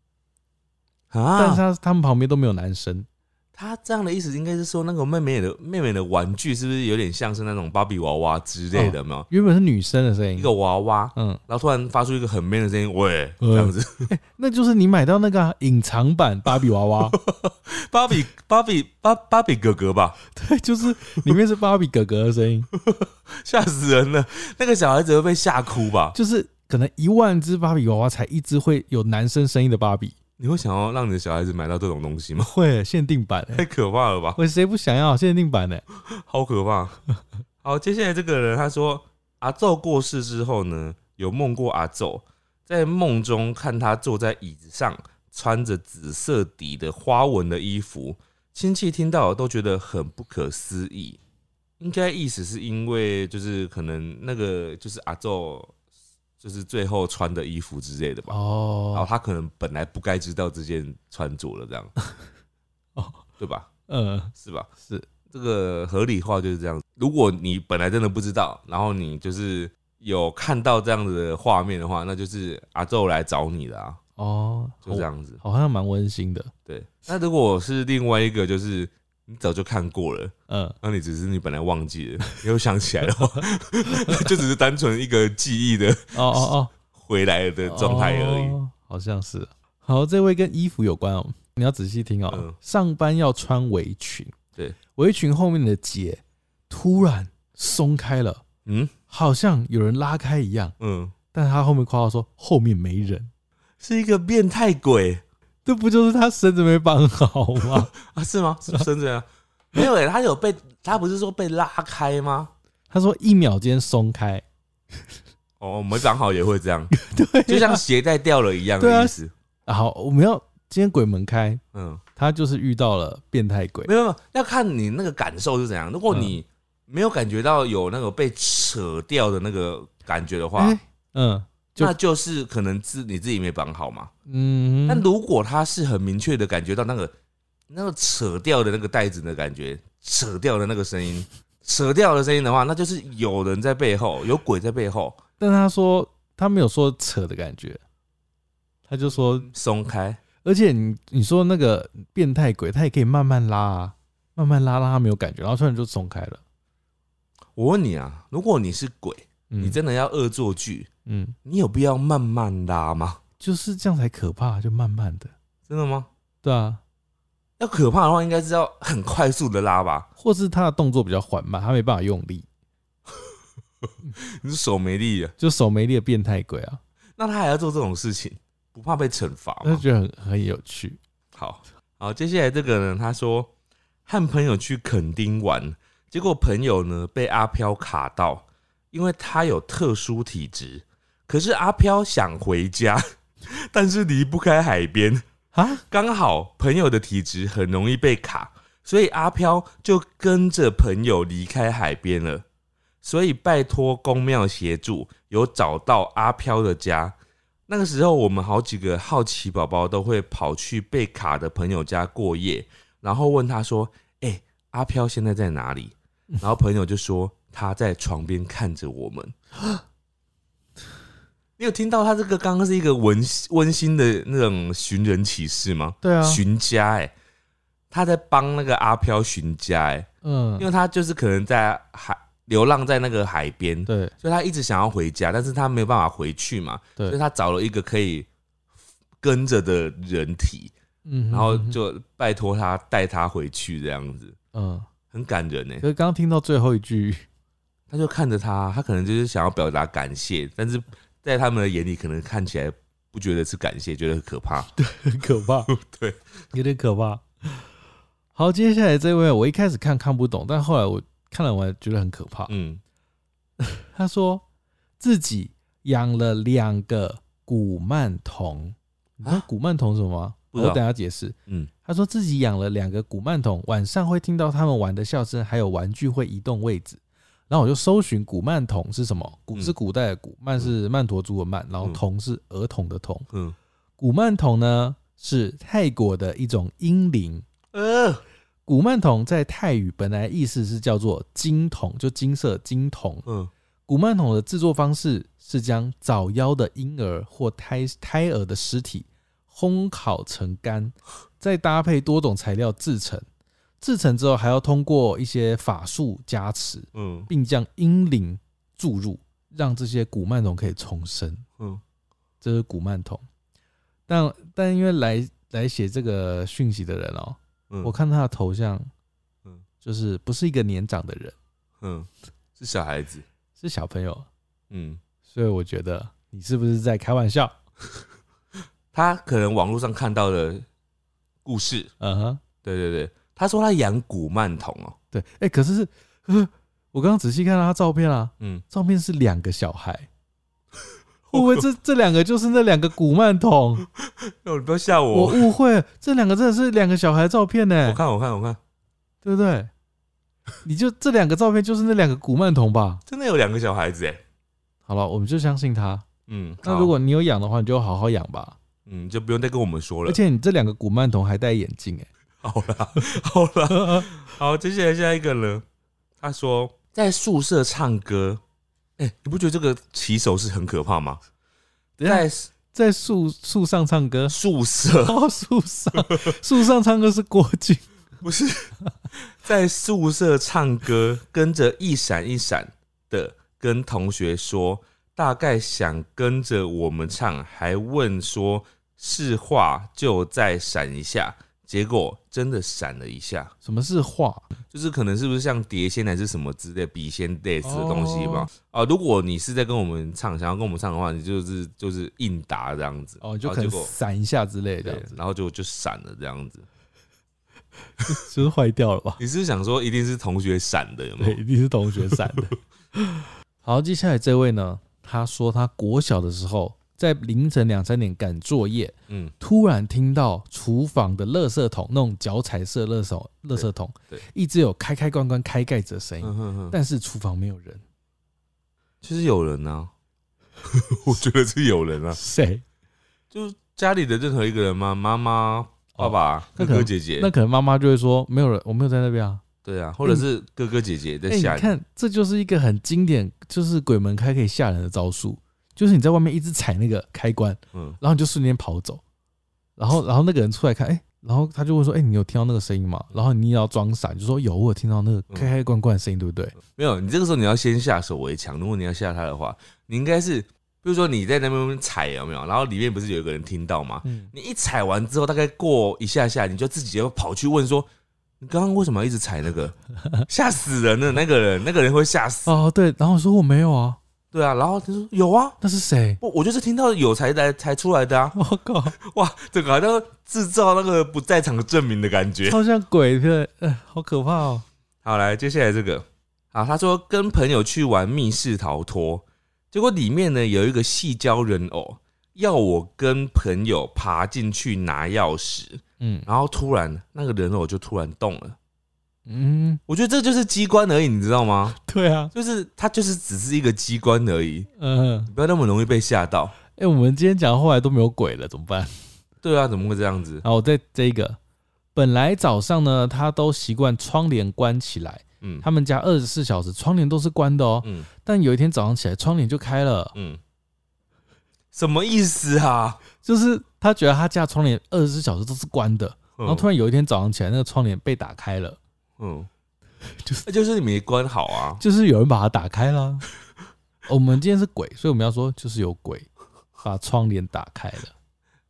S2: 但是
S1: 啊，
S2: 他他们旁边都没有男生，
S1: 他这样的意思应该是说，那个妹妹的妹妹的玩具是不是有点像是那种芭比娃娃之类
S2: 嗯
S1: 的？有没有
S2: 原本是女生的声
S1: 一
S2: 音
S1: 个，娃娃，
S2: 嗯，
S1: 然后突然发出一个很 man 的声音，喂，
S2: 嗯
S1: 这样子。
S2: 那就是你买到那个啊隐、藏版芭比娃娃，
S1: 芭比芭比芭芭比哥哥吧，
S2: 对，就是里面是芭比哥哥的 声音，
S1: 吓死人了！那个小孩子会被吓哭吧？
S2: 就是可能一万只芭比娃娃才一只会有男生声音的芭比，
S1: 你会想要让你的小孩子买到这种东西吗？
S2: 会限定 版、
S1: 太
S2: 欸，
S1: 可怕了吧！
S2: 喂，谁不想要限定版呢、
S1: 好可 怕。好，接下来这个人他说，阿宙过世之后呢，有梦过阿宙，在梦中看他坐在椅子上，穿着紫色底的花纹的衣服，亲戚听到都觉得很不可思议。应该意思是因为就是可能那个就是阿宙就是最后穿的衣服之类的吧，然后
S2: 哦，
S1: 他可能本来不该知道这件穿着了这样，
S2: 哦，
S1: 对吧？
S2: 呃，
S1: 是吧？
S2: 是
S1: 这个合理化就是这样。如果你本来真的不知道，然后你就是有看到这样子的画面的话，那就是阿宙来找你了啊，
S2: 哦，
S1: 就这样子。
S2: 好，好像蛮温馨的，
S1: 对，那如果是另外一个，就是你早就看过了，
S2: 嗯，
S1: 那你只是你本来忘记了，你又想起来的 话，就只是单纯一个记忆的
S2: 哦 哦
S1: 回来的
S2: 哦，
S1: 状态而已。
S2: 哦好像是。好，这位跟衣服有关哦，你要仔细听哦。
S1: 嗯
S2: 上班要穿围裙，
S1: 对，
S2: 围裙后面的结突然松开了，
S1: 嗯
S2: 好像有人拉开一样，
S1: 嗯，
S2: 但他后面括号说后面没人，
S1: 是一个变态鬼
S2: 这不就是他绳子没绑好 吗？
S1: 啊？是吗？是不是真 的啊？没有诶、他有被他不是说被拉开吗？
S2: 他说一秒间松开，
S1: 哦，我们长好也会这样，
S2: 对、啊
S1: 就像鞋带掉了一样
S2: 对啊
S1: 的意思。
S2: 好，我们要今天鬼门开，
S1: 嗯，
S2: 他就是遇到了变态鬼
S1: 没，有没有，要看你那个感受是怎样。如
S2: 嗯
S1: 果你没有感觉到有那个被扯掉的那个感觉的话，
S2: 哎嗯就
S1: 那就是可能自你自己没绑好嘛。
S2: 嗯，
S1: 但如果他是很明确的感觉到那个那个扯掉的那个带子的感觉，扯掉的那个声音，扯掉的声音的话，那就是有人在背后，有鬼在背后
S2: 但他说他没有说扯的感觉，他就说，
S1: 松开。
S2: 而且你你说那个变态鬼，他也可以慢慢拉、啊，慢慢拉，拉他没有感觉，然后突然就松开了。
S1: 我问你啊，如果你是鬼，
S2: 嗯
S1: 你真的要恶作剧，
S2: 嗯，
S1: 你有必要慢慢拉吗？
S2: 就是这样才可怕，就慢慢的，
S1: 真的吗？
S2: 对啊，
S1: 要可怕的话，应该是要很快速的拉吧？
S2: 或是他的动作比较缓慢，他没办法用力，
S1: 你手没力了，
S2: 就手没力的变态鬼啊，
S1: 那他还要做这种事情，不怕被惩罚
S2: 他就
S1: 吗？
S2: 觉得很很有趣。
S1: 好好，接下来这个呢，他说和朋友去垦丁玩，结果朋友呢被阿飘卡到，因为他有特殊体质，可是阿飘想回家， 但是离不开海边，
S2: 啊，
S1: 刚好朋友的体质很容易被卡，所以阿飘就跟着朋友离开海边了。所以拜托公庙协助，有找到阿飘的家。那个时候，我们好几个好奇宝宝都会跑去被卡的朋友家过夜，然后问他说：“哎、阿飘现在在哪里？”然后朋友就说：“他在床边看着我们。”你有听到他这个刚刚是一个温温馨的那种寻人启事吗？
S2: 对啊，
S1: 寻家哎、他在帮那个阿飘寻家哎、
S2: 嗯
S1: 因，为他就是可能在海流浪在那个海边，
S2: 对
S1: 所以他一直想要回家，但是他没有办法回去嘛，所以
S2: 对，
S1: 他找了一个可以跟着的人体，
S2: 嗯，
S1: 然后
S2: 嗯
S1: 就拜托他带他回去这样子，
S2: 嗯，
S1: 很感人呢、欸
S2: 可是刚刚听到最后一句，
S1: 他就看着他，他可能就是想要表达感谢，但是在他们的眼里，可能看起来不觉得是感谢，觉得很可 怕。
S2: 很可怕，
S1: 对，
S2: 有点可怕。好，接下来这位我一开始看看不懂，但后来我看了我觉得很可怕。
S1: 嗯，
S2: 他说自己养了两个古曼童，你知道
S1: 啊
S2: 古曼童是什么吗？
S1: 不
S2: 我
S1: 知道
S2: 等一下解释。
S1: 嗯，
S2: 他说自己养了两个古曼童，晚上会听到他们玩的笑声，还有玩具会移动位置。然后我就搜寻古曼童是什么，古
S1: 嗯
S2: 是古代的古，曼是曼陀珠的曼，然后
S1: 嗯
S2: 童是儿童的童。
S1: 嗯，
S2: 古曼童呢是泰国的一种英灵，
S1: 呃，
S2: 古曼童在泰语本来意思是叫做金童，就金色金童。
S1: 嗯，
S2: 古曼童的制作方式是将早夭的婴儿或胎胎儿的尸体烘烤成干，再搭配多种材料制成。制成之后还要通过一些法术加持，
S1: 嗯，
S2: 并将阴灵注入，让这些古曼童可以重生。
S1: 嗯，
S2: 这是古曼童。但但因为来来写这个讯息的人哦、
S1: 嗯，
S2: 我，看他的头像，
S1: 嗯
S2: 就是不是一个年长的人，
S1: 嗯，是小孩子，
S2: 是小朋友，
S1: 嗯。
S2: 所以我觉得你是不是在开玩笑？
S1: 他可能网络上看到的故事，
S2: 嗯哼，
S1: 对对对，他说他养古曼童哦、
S2: 对，哎、可是是，可是我刚刚仔细看到他照片啊，
S1: 嗯，
S2: 照片是两个小 孩，会不会这这两个就是那两个古曼童？
S1: 哦，你不要吓我
S2: 我误会了，这两个真的是两个小孩的照片呢、
S1: 我看我看我看，
S2: 对不对？你就这两个照片就是那两个古曼童吧？
S1: 真的有两个小孩子哎，
S2: 好了，我们就相信他。
S1: 嗯，
S2: 那
S1: 好
S2: 如果你有养的话，你就好好养吧。
S1: 嗯就不用再跟我们说了
S2: 而，且你这两个古曼童还戴眼镜、欸，
S1: 好啦好啦，
S2: 哎，
S1: 好，接下来下一个呢，他说在宿舍唱歌，哎、你不觉得这个骑手是很可怕吗？
S2: 等一下
S1: 在，
S2: 在树树上唱歌
S1: 宿舍
S2: 哦，树上树上唱歌是郭靖，
S1: 不是 在宿舍唱歌，跟着一闪一闪的跟同学说，大概想跟着我们唱，还问说是话就再闪一下，结果真的闪了一下，
S2: 什么是画？
S1: 就是可能是不是像碟仙还是什么之类笔仙类似的东西吧
S2: 哦？
S1: 啊、如果你是在跟我们唱，想要跟我们唱的话，你就是就是应答这样子，
S2: 哦，就
S1: 然后
S2: 可能
S1: 啊结果
S2: 闪一下之类的，
S1: 对，然后就就闪了这样子。
S2: 就是坏掉了吧？
S1: 你是不是想说一定是同学闪的，有没
S2: 对，
S1: 有？
S2: 一定是同学闪的。 好，接下来这位呢，他说他国小的时候，在凌晨两三点赶作业，
S1: 嗯，
S2: 突然听到厨房的垃圾桶那种脚踩式的垃圾桶垃圾桶
S1: 对对，
S2: 一直有开开关关开盖子的声音，
S1: 嗯哼哼
S2: 但是厨房没有 人，
S1: 就是有人啊， 我觉得是有人啊，
S2: 谁？
S1: 就是家里的任何一个人吗？妈妈、爸爸、
S2: 那
S1: 哥
S2: 可能
S1: 哥姐姐
S2: 那，可能妈妈就会说没有人，我没有在那边啊。
S1: 对啊，或者是哥哥姐姐在
S2: 哎、
S1: 下
S2: 你
S1: 里，
S2: 看，这就是一个很经典，就是鬼门开可以吓人的招数，就是你在外面一直踩那个开关，
S1: 嗯
S2: 然后你就瞬间跑走，然后然后那个人出来看，哎、然后他就会说，哎、你有听到那个声音吗？然后你也要装傻，你就说有，我有听到那个开开关关的声音，对不对？
S1: 没有，你这个时候你要先下手为强。如果你要吓他的话，你应该是，比如说你在那边踩有没有？然后里面不是有一个人听到吗？
S2: 嗯，
S1: 你一踩完之后，大概过一下下，你就自己要跑去问说。你刚刚为什么要一直踩那 个？吓死人了！那个人，那个人会吓死。
S2: 哦对，然后我说我没有啊，
S1: 对啊，然后他说有啊，
S2: 那是谁？
S1: 我我就是听到有才来才出来的 啊。
S2: 我、靠，
S1: 哇，这个好像制造那个不在场证明的感 觉。
S2: 超像鬼的，呃，好可怕哦。
S1: 好，来，接下来这个啊，他说跟朋友去玩密室逃脱，结果里面呢有一个细胶人偶，要我跟朋友爬进去拿钥匙，
S2: 嗯，
S1: 然后突然那个人偶就突然动了，
S2: 嗯，
S1: 我觉得这就是机关而已，你知道吗？
S2: 对啊，
S1: 就是它就是只是一个机关而已，
S2: 嗯、
S1: 不要那么容易被吓到。
S2: 哎、我们今天讲后来都没有鬼了，怎么办？
S1: 对啊，怎么会这样子？
S2: 然后再哦这一个，本来早上呢，他都习惯窗帘关起来，
S1: 嗯
S2: 他们家二十四小时窗帘都是关的哦。
S1: 嗯
S2: 但有一天早上起来，窗帘就开了，
S1: 嗯，什么意思啊？
S2: 就是他觉得他家窗帘二十四小时都是关的，
S1: 然
S2: 然后突然有一天早上起来，那个窗帘被打开了，
S1: 嗯，
S2: 就
S1: 那就是你没关好啊。
S2: 就是有人把它打开了。哦我们今天是鬼，所以我们要说就是有鬼把窗帘打开了。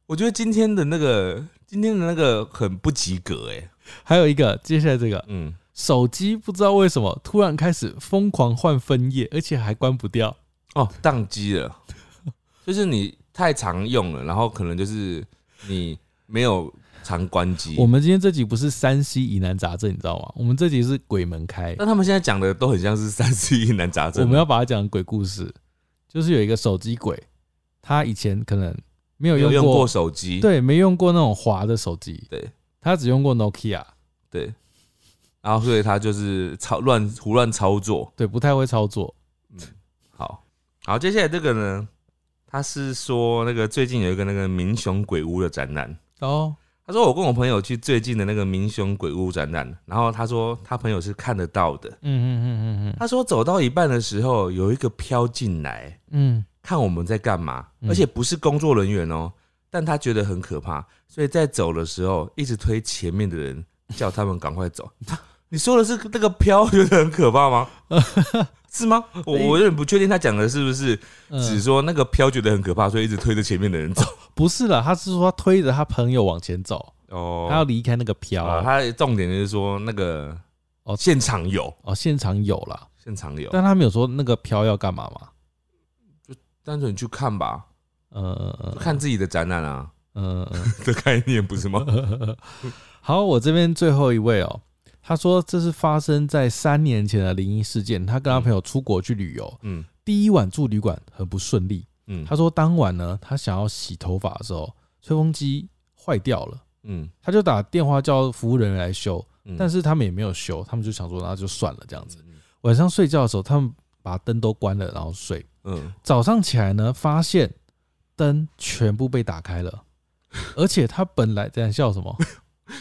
S1: 我觉得今天的那个今天的那个很不及格哎、
S2: 还有一个，接下来这个
S1: 嗯，
S2: 手机不知道为什么突然开始疯狂换分页，而且还关不掉。
S1: 哦，宕机了， 就是你太常用了，然后可能就是你没有常关机。
S2: 我们今天这集不是山西疑难杂症，你知道吗？我们这集是鬼门开，
S1: 但他们现在讲的都很像是三十一难杂症。啊
S2: 我们要把它讲成鬼故事。就是有一个手机鬼，他以前可能没有
S1: 有
S2: 用
S1: 用过手机，
S2: 对，没用过那种滑的手机，
S1: 对，
S2: 他只用过 Nokia，
S1: 对，然后所以他就是操乱胡乱操作。
S2: 对，不太会操作。
S1: 好，好，接下来这个呢，他是说那个最近有一个那个民雄鬼屋的展览，
S2: 哦，
S1: 他说我跟我朋友去最近的那个民雄鬼屋展览，然后他说他朋友是看得到的，
S2: 嗯嗯嗯嗯
S1: 他说走到一半的时候有一个飘进来
S2: 嗯
S1: 看我们在干嘛，
S2: 嗯
S1: 而且不是工作人员哦、但他觉得很可怕，所以在走的时候一直推前面的人，叫他们赶快走。 你说的是那个飘觉得很可怕吗？是吗？我我有点不确定他讲的是不是
S2: 嗯，
S1: 只说那个飘觉得很可怕，所以一直推着前面的人 走。
S2: 不是啦，他是说他推着他朋友往前走，
S1: 哦
S2: 他要离开那个飘。
S1: 啊，他的重点就是说那个
S2: 哦
S1: 现场有，
S2: 哦，现场有啦，
S1: 现场有，
S2: 但他没有说那个飘要干嘛嘛？
S1: 单纯去看吧，就
S2: 呃
S1: 看自己的展览啊
S2: 呃，嗯
S1: 的概念不是吗？
S2: 好，我这边最后一位哦，他说这是发生在三年前的灵异事件。他跟他朋友出国去旅游，
S1: 嗯
S2: 第一晚住旅馆很不顺利。
S1: 嗯，
S2: 他说当晚呢，他想要洗头发的时候，吹风机坏掉了，
S1: 嗯，
S2: 他就打电话叫服务人员来修，
S1: 嗯
S2: 但是他们也没有修，他们就想说那就算了这样子。
S1: 嗯
S2: 晚上睡觉的时候，他们把灯都关了，然后睡。
S1: 嗯，
S2: 早上起来呢，发现灯全部被打开了，而且他本来在笑 什么？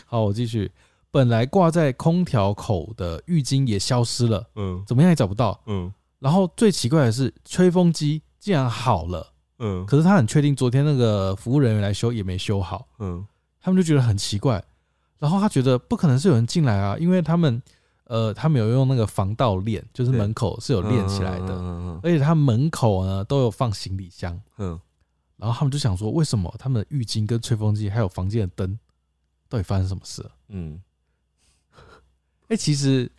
S2: 好，我继续。本来挂在空调口的浴巾也消失了，
S1: 嗯
S2: 怎么样也找不到。
S1: 嗯
S2: 然后最奇怪的是，吹风机竟然好了，
S1: 嗯
S2: 可是他很确定昨天那个服务人员来修也没修好，
S1: 嗯
S2: 他们就觉得很奇怪。然后他觉得不可能是有人进来啊，因为他们呃，他们有用那个防盗链，就是
S1: 对
S2: 门口是有链起来的，
S1: 嗯嗯
S2: 而且他门口呢都有放行李箱。
S1: 嗯，
S2: 然后他们就想说，为什么他们的浴巾、跟吹风机还有房间的灯，到底发生什么事了？
S1: 嗯，
S2: 哎、其实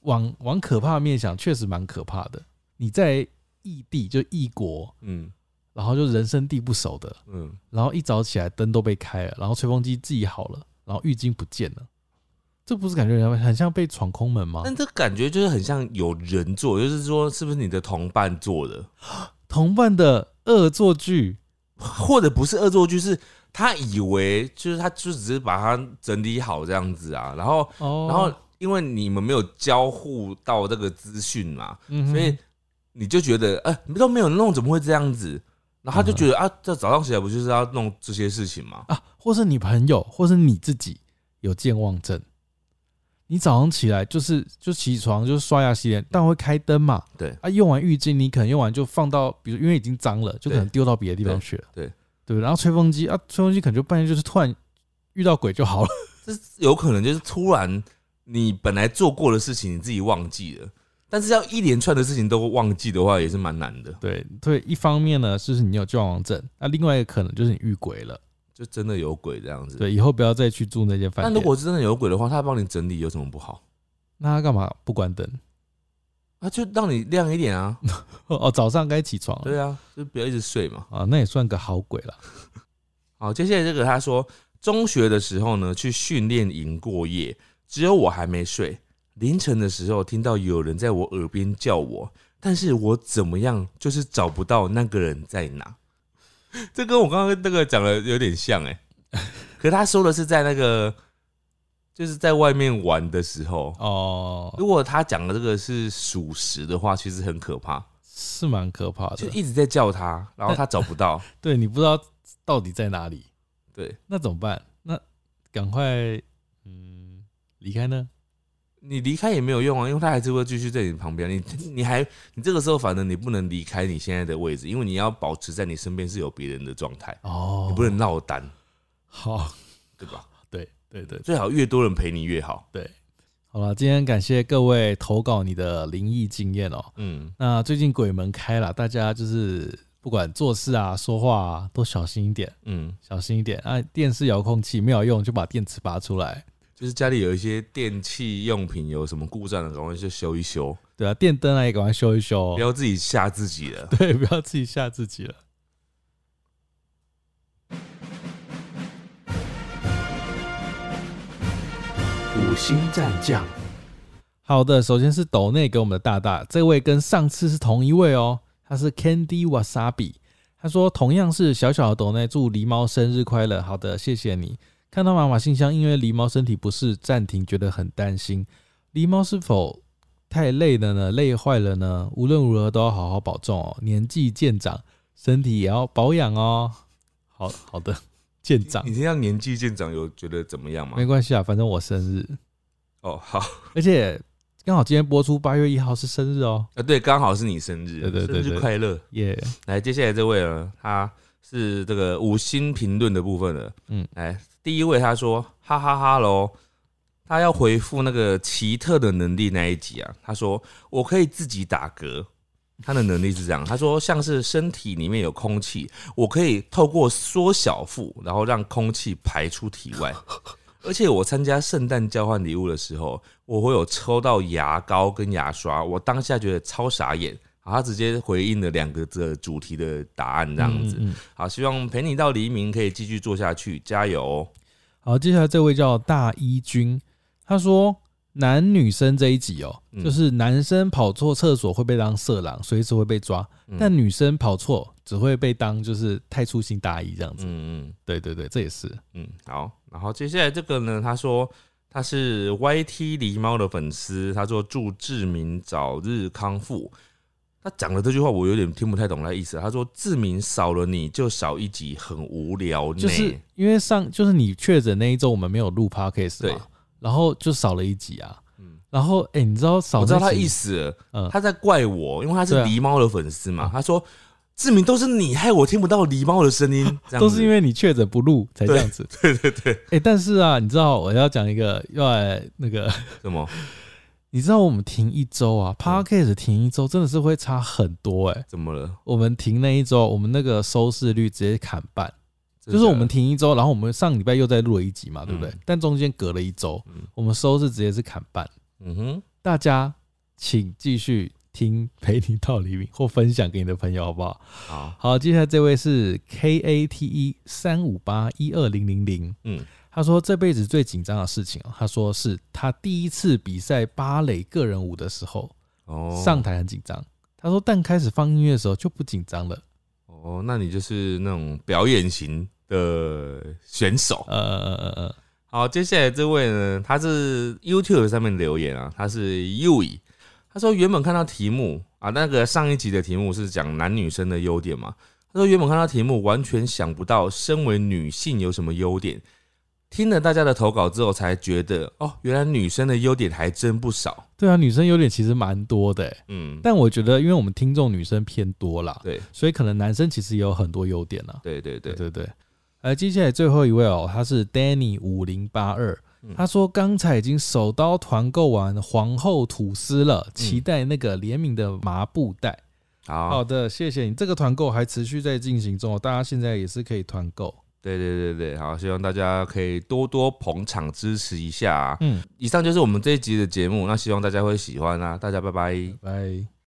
S2: 往往可怕的面想，确实蛮可怕的。你在异地，就异国，
S1: 嗯
S2: 然后就人生地不熟的，
S1: 嗯，
S2: 然后一早起来灯都被开了，然后吹风机自己好了，然后浴巾不见了，这不是感觉很很像被闯空门吗？
S1: 但这感觉就是很像有人做，就是说是不是你的同伴做的，
S2: 同伴的恶作剧，
S1: 或者不是恶作剧，是他以为就是他就只是把它整理好这样子啊，然后
S2: 哦，
S1: 然后因为你们没有交互到这个资讯嘛，
S2: 嗯哼
S1: 所以你就觉得哎、你们都没有弄，怎么会这样子？然后他就觉得
S2: 嗯
S1: 啊，这早上起来不就是要弄这些事情吗？
S2: 啊，或是你朋友，或是你自己有健忘症。你早上起来就是就起床就刷牙洗脸，但会开灯嘛？
S1: 对
S2: 啊，用完浴巾你可能用完就放到，比如因为已经脏了，就可能
S1: 对
S2: 丢到别的地方去了。
S1: 对对
S2: 对，然后吹风机啊，吹风机可能就半夜就是突然遇到鬼就好了。
S1: 这有可能就是突然你本来做过的事情你自己忘记了，但是要一连串的事情都忘记的话，也是蛮难的，
S2: 对 对，一方面呢就是你有健忘症，那另外一个可能就是你遇鬼了。
S1: 就真的有鬼这样子。，
S2: 对，以后不要再去住那间饭
S1: 但
S2: 店。
S1: 如果真的有鬼的话，他帮你整理有什么不好？
S2: 那他干嘛不关灯？
S1: 他就让你亮一点啊，
S2: 哦，早上该起床了。
S1: 对啊，就不要一直睡嘛。
S2: 啊，那也算个好鬼了。
S1: 好，接下来这个他说，中学的时候呢，去训练营过夜，只有我还没睡。凌晨的时候，听到有人在我耳边叫我，但是我怎么样就是找不到那个人在哪。 欸这跟我刚刚那个讲的有点像哎、可他说的是在那个就是在外面玩的时候，
S2: 哦，
S1: 如果他讲的这个是属实的话，其实很可怕，
S2: 是蛮可怕
S1: 就
S2: 的。
S1: 一直在叫他，然后他找不 到，
S2: 对你不知道到底在哪里，
S1: 对
S2: 那怎么办？那赶快嗯离开呢？
S1: 你离开也没有用啊，因为他还是会继续在你旁边。你你还你这个时候，反正你不能离开你现在的位置，因为你要保持在你身边是有别人的状态，
S2: 哦，
S1: 你不能落单，
S2: 好，
S1: 对吧？
S2: 对对对
S1: 最好越多人陪你越好。
S2: 对，好了，今天感谢各位投稿你的灵异经验哦、
S1: 嗯，
S2: 那最近鬼门开了，大家就是不管做事啊、说话啊，都小心一点，
S1: 嗯，
S2: 小心一点。啊，电视遥控器没有用，就把电池拔出来。
S1: 就是家里有一些电器用品有什么故障的，赶快去修一修，
S2: 对啊，电灯啊也赶快修一修
S1: 不。要自己吓自己了。
S2: 对，不要自己吓自己了。
S3: 五星战将，
S2: 好的，首先是斗内给我们的大大，这位跟上次是同一位哦，他是 Candy Wasabi，他说同样是小小的斗内，祝狸猫生日快乐。好的，谢谢你。看到妈妈信箱，因为狸猫身体不适暂停，觉得很担心，狸猫是否太累了呢？累坏了呢？无论如何都要好好保重哦，年纪渐长，身体也要保养哦。好好的，渐长
S1: 你听到年纪渐长有觉得怎么样吗
S2: 没？关系啊，反正我生日，
S1: 哦，好
S2: 而且刚好今天播出八月一号是生日哦。
S1: 啊，对，刚好是你生日，
S2: 对对对
S1: 生
S2: 对
S1: 日快乐。
S2: 耶、
S1: 来，接下来这位呢，他是这个五星评论的部分了。
S2: 嗯
S1: 嗯，来，第一位他说，哈哈哈喽，他要回复那个奇特的能力那一集啊，他说我可以自己打嗝。他的能力是这样，他说像是身体里面有空气，我可以透过缩小腹，然后让空气排出体外。而且我参加圣诞交换礼物的时候，我会有抽到牙膏跟牙刷，我当下觉得超傻眼。好，他直接回应了两个这主题的答案，这样子。
S2: 嗯嗯嗯
S1: 好，希望陪你到黎明可以继续做下去，加油哦！
S2: 好，接下来这位叫大一君，他说男女生这一集哦，
S1: 嗯
S2: 就是男生跑错厕所会被当色狼，随时会被抓；
S1: 嗯
S2: 但女生跑错只会被当就是太粗心大意这样子。
S1: 嗯嗯
S2: 对对对，这也是
S1: 嗯，好。然后接下来这个呢，他说他是 YT 狸猫的粉丝，他说祝志明早日康复。他讲的这句话我有点听不太懂他的意思。啊他说志明少了你就少一集，很无聊呢。
S2: 就是因为上就是你确诊那一周我们没有录 podcast
S1: 对
S2: 嘛，然后就少了一集啊。
S1: 嗯
S2: 然后哎、你知道少
S1: 我知道
S2: 那
S1: 他
S2: 集
S1: 意，思了，
S2: 嗯，
S1: 他在怪我，因为他是
S2: 对啊
S1: 狸猫的粉丝嘛。他说志明都是你害我听不到狸猫的声音，这样
S2: 都是因
S1: 为
S2: 为你确诊不录才这样子。
S1: 对对对，
S2: 哎、但是啊，你知道我要讲一个要来那个。
S1: 什么
S2: 你知道我们停一周
S1: 嗯
S2: 啊 p o d c a s t 停一周真的是会差很多哎、
S1: 怎么了？
S2: 我们停那一周，我们那个收视率直接砍半，
S1: 真的
S2: 就是
S1: 假的
S2: 我们停一周，然后我们上礼拜又再录了一集嘛，对不对？
S1: 嗯
S2: 但中间隔了一周
S1: 嗯，
S2: 我们收视直接是砍半。
S1: 嗯哼，
S2: 大家请继续听《陪你到黎明》或分享给你的朋友，好不好？
S1: 好，
S2: 好，接下来这位是 K A T E 三五八一二零零零，
S1: 嗯
S2: 他说这辈子最紧张的事情哦，他说是他第一次比赛芭蕾个人舞的时候，
S1: 哦，
S2: 上台很紧张。他说，但开始放音乐的时候就不紧张了。
S1: 哦，那你就是那种表演型的选手。
S2: 呃呃呃呃，
S1: 好，接下来这位呢，他是 YouTube 上面留言啊，他是 Yui，他说原本看到题目啊，那个上一集的题目是讲男女生的优点嘛，他说原本看到题目完全想不到身为女性有什么优点，听了大家的投稿之后才觉得哦，原来女生的优点还真不少。
S2: 对啊，女生优点其实蛮多的欸，
S1: 嗯，
S2: 但我觉得因为我们听众女生偏多啦，
S1: 对
S2: 所以可能男生其实也有很多优点啦。
S1: 对对对，
S2: 对对。呃，接下来最后一位哦，他是 Danny 五零八二
S1: 嗯，
S2: 他说刚才已经手刀团购完皇后吐司了，
S1: 嗯
S2: 期待那个联名的麻布袋。好
S1: 好，
S2: 的，谢谢你。这个团购还持续在进行中哦，大家现在也是可以团购。
S1: 对对对对，好，希望大家可以多多捧场支持一下啊、
S2: 嗯，
S1: 啊以上就是我们这一集的节目，那希望大家会喜欢啦、大家拜拜。
S2: 拜。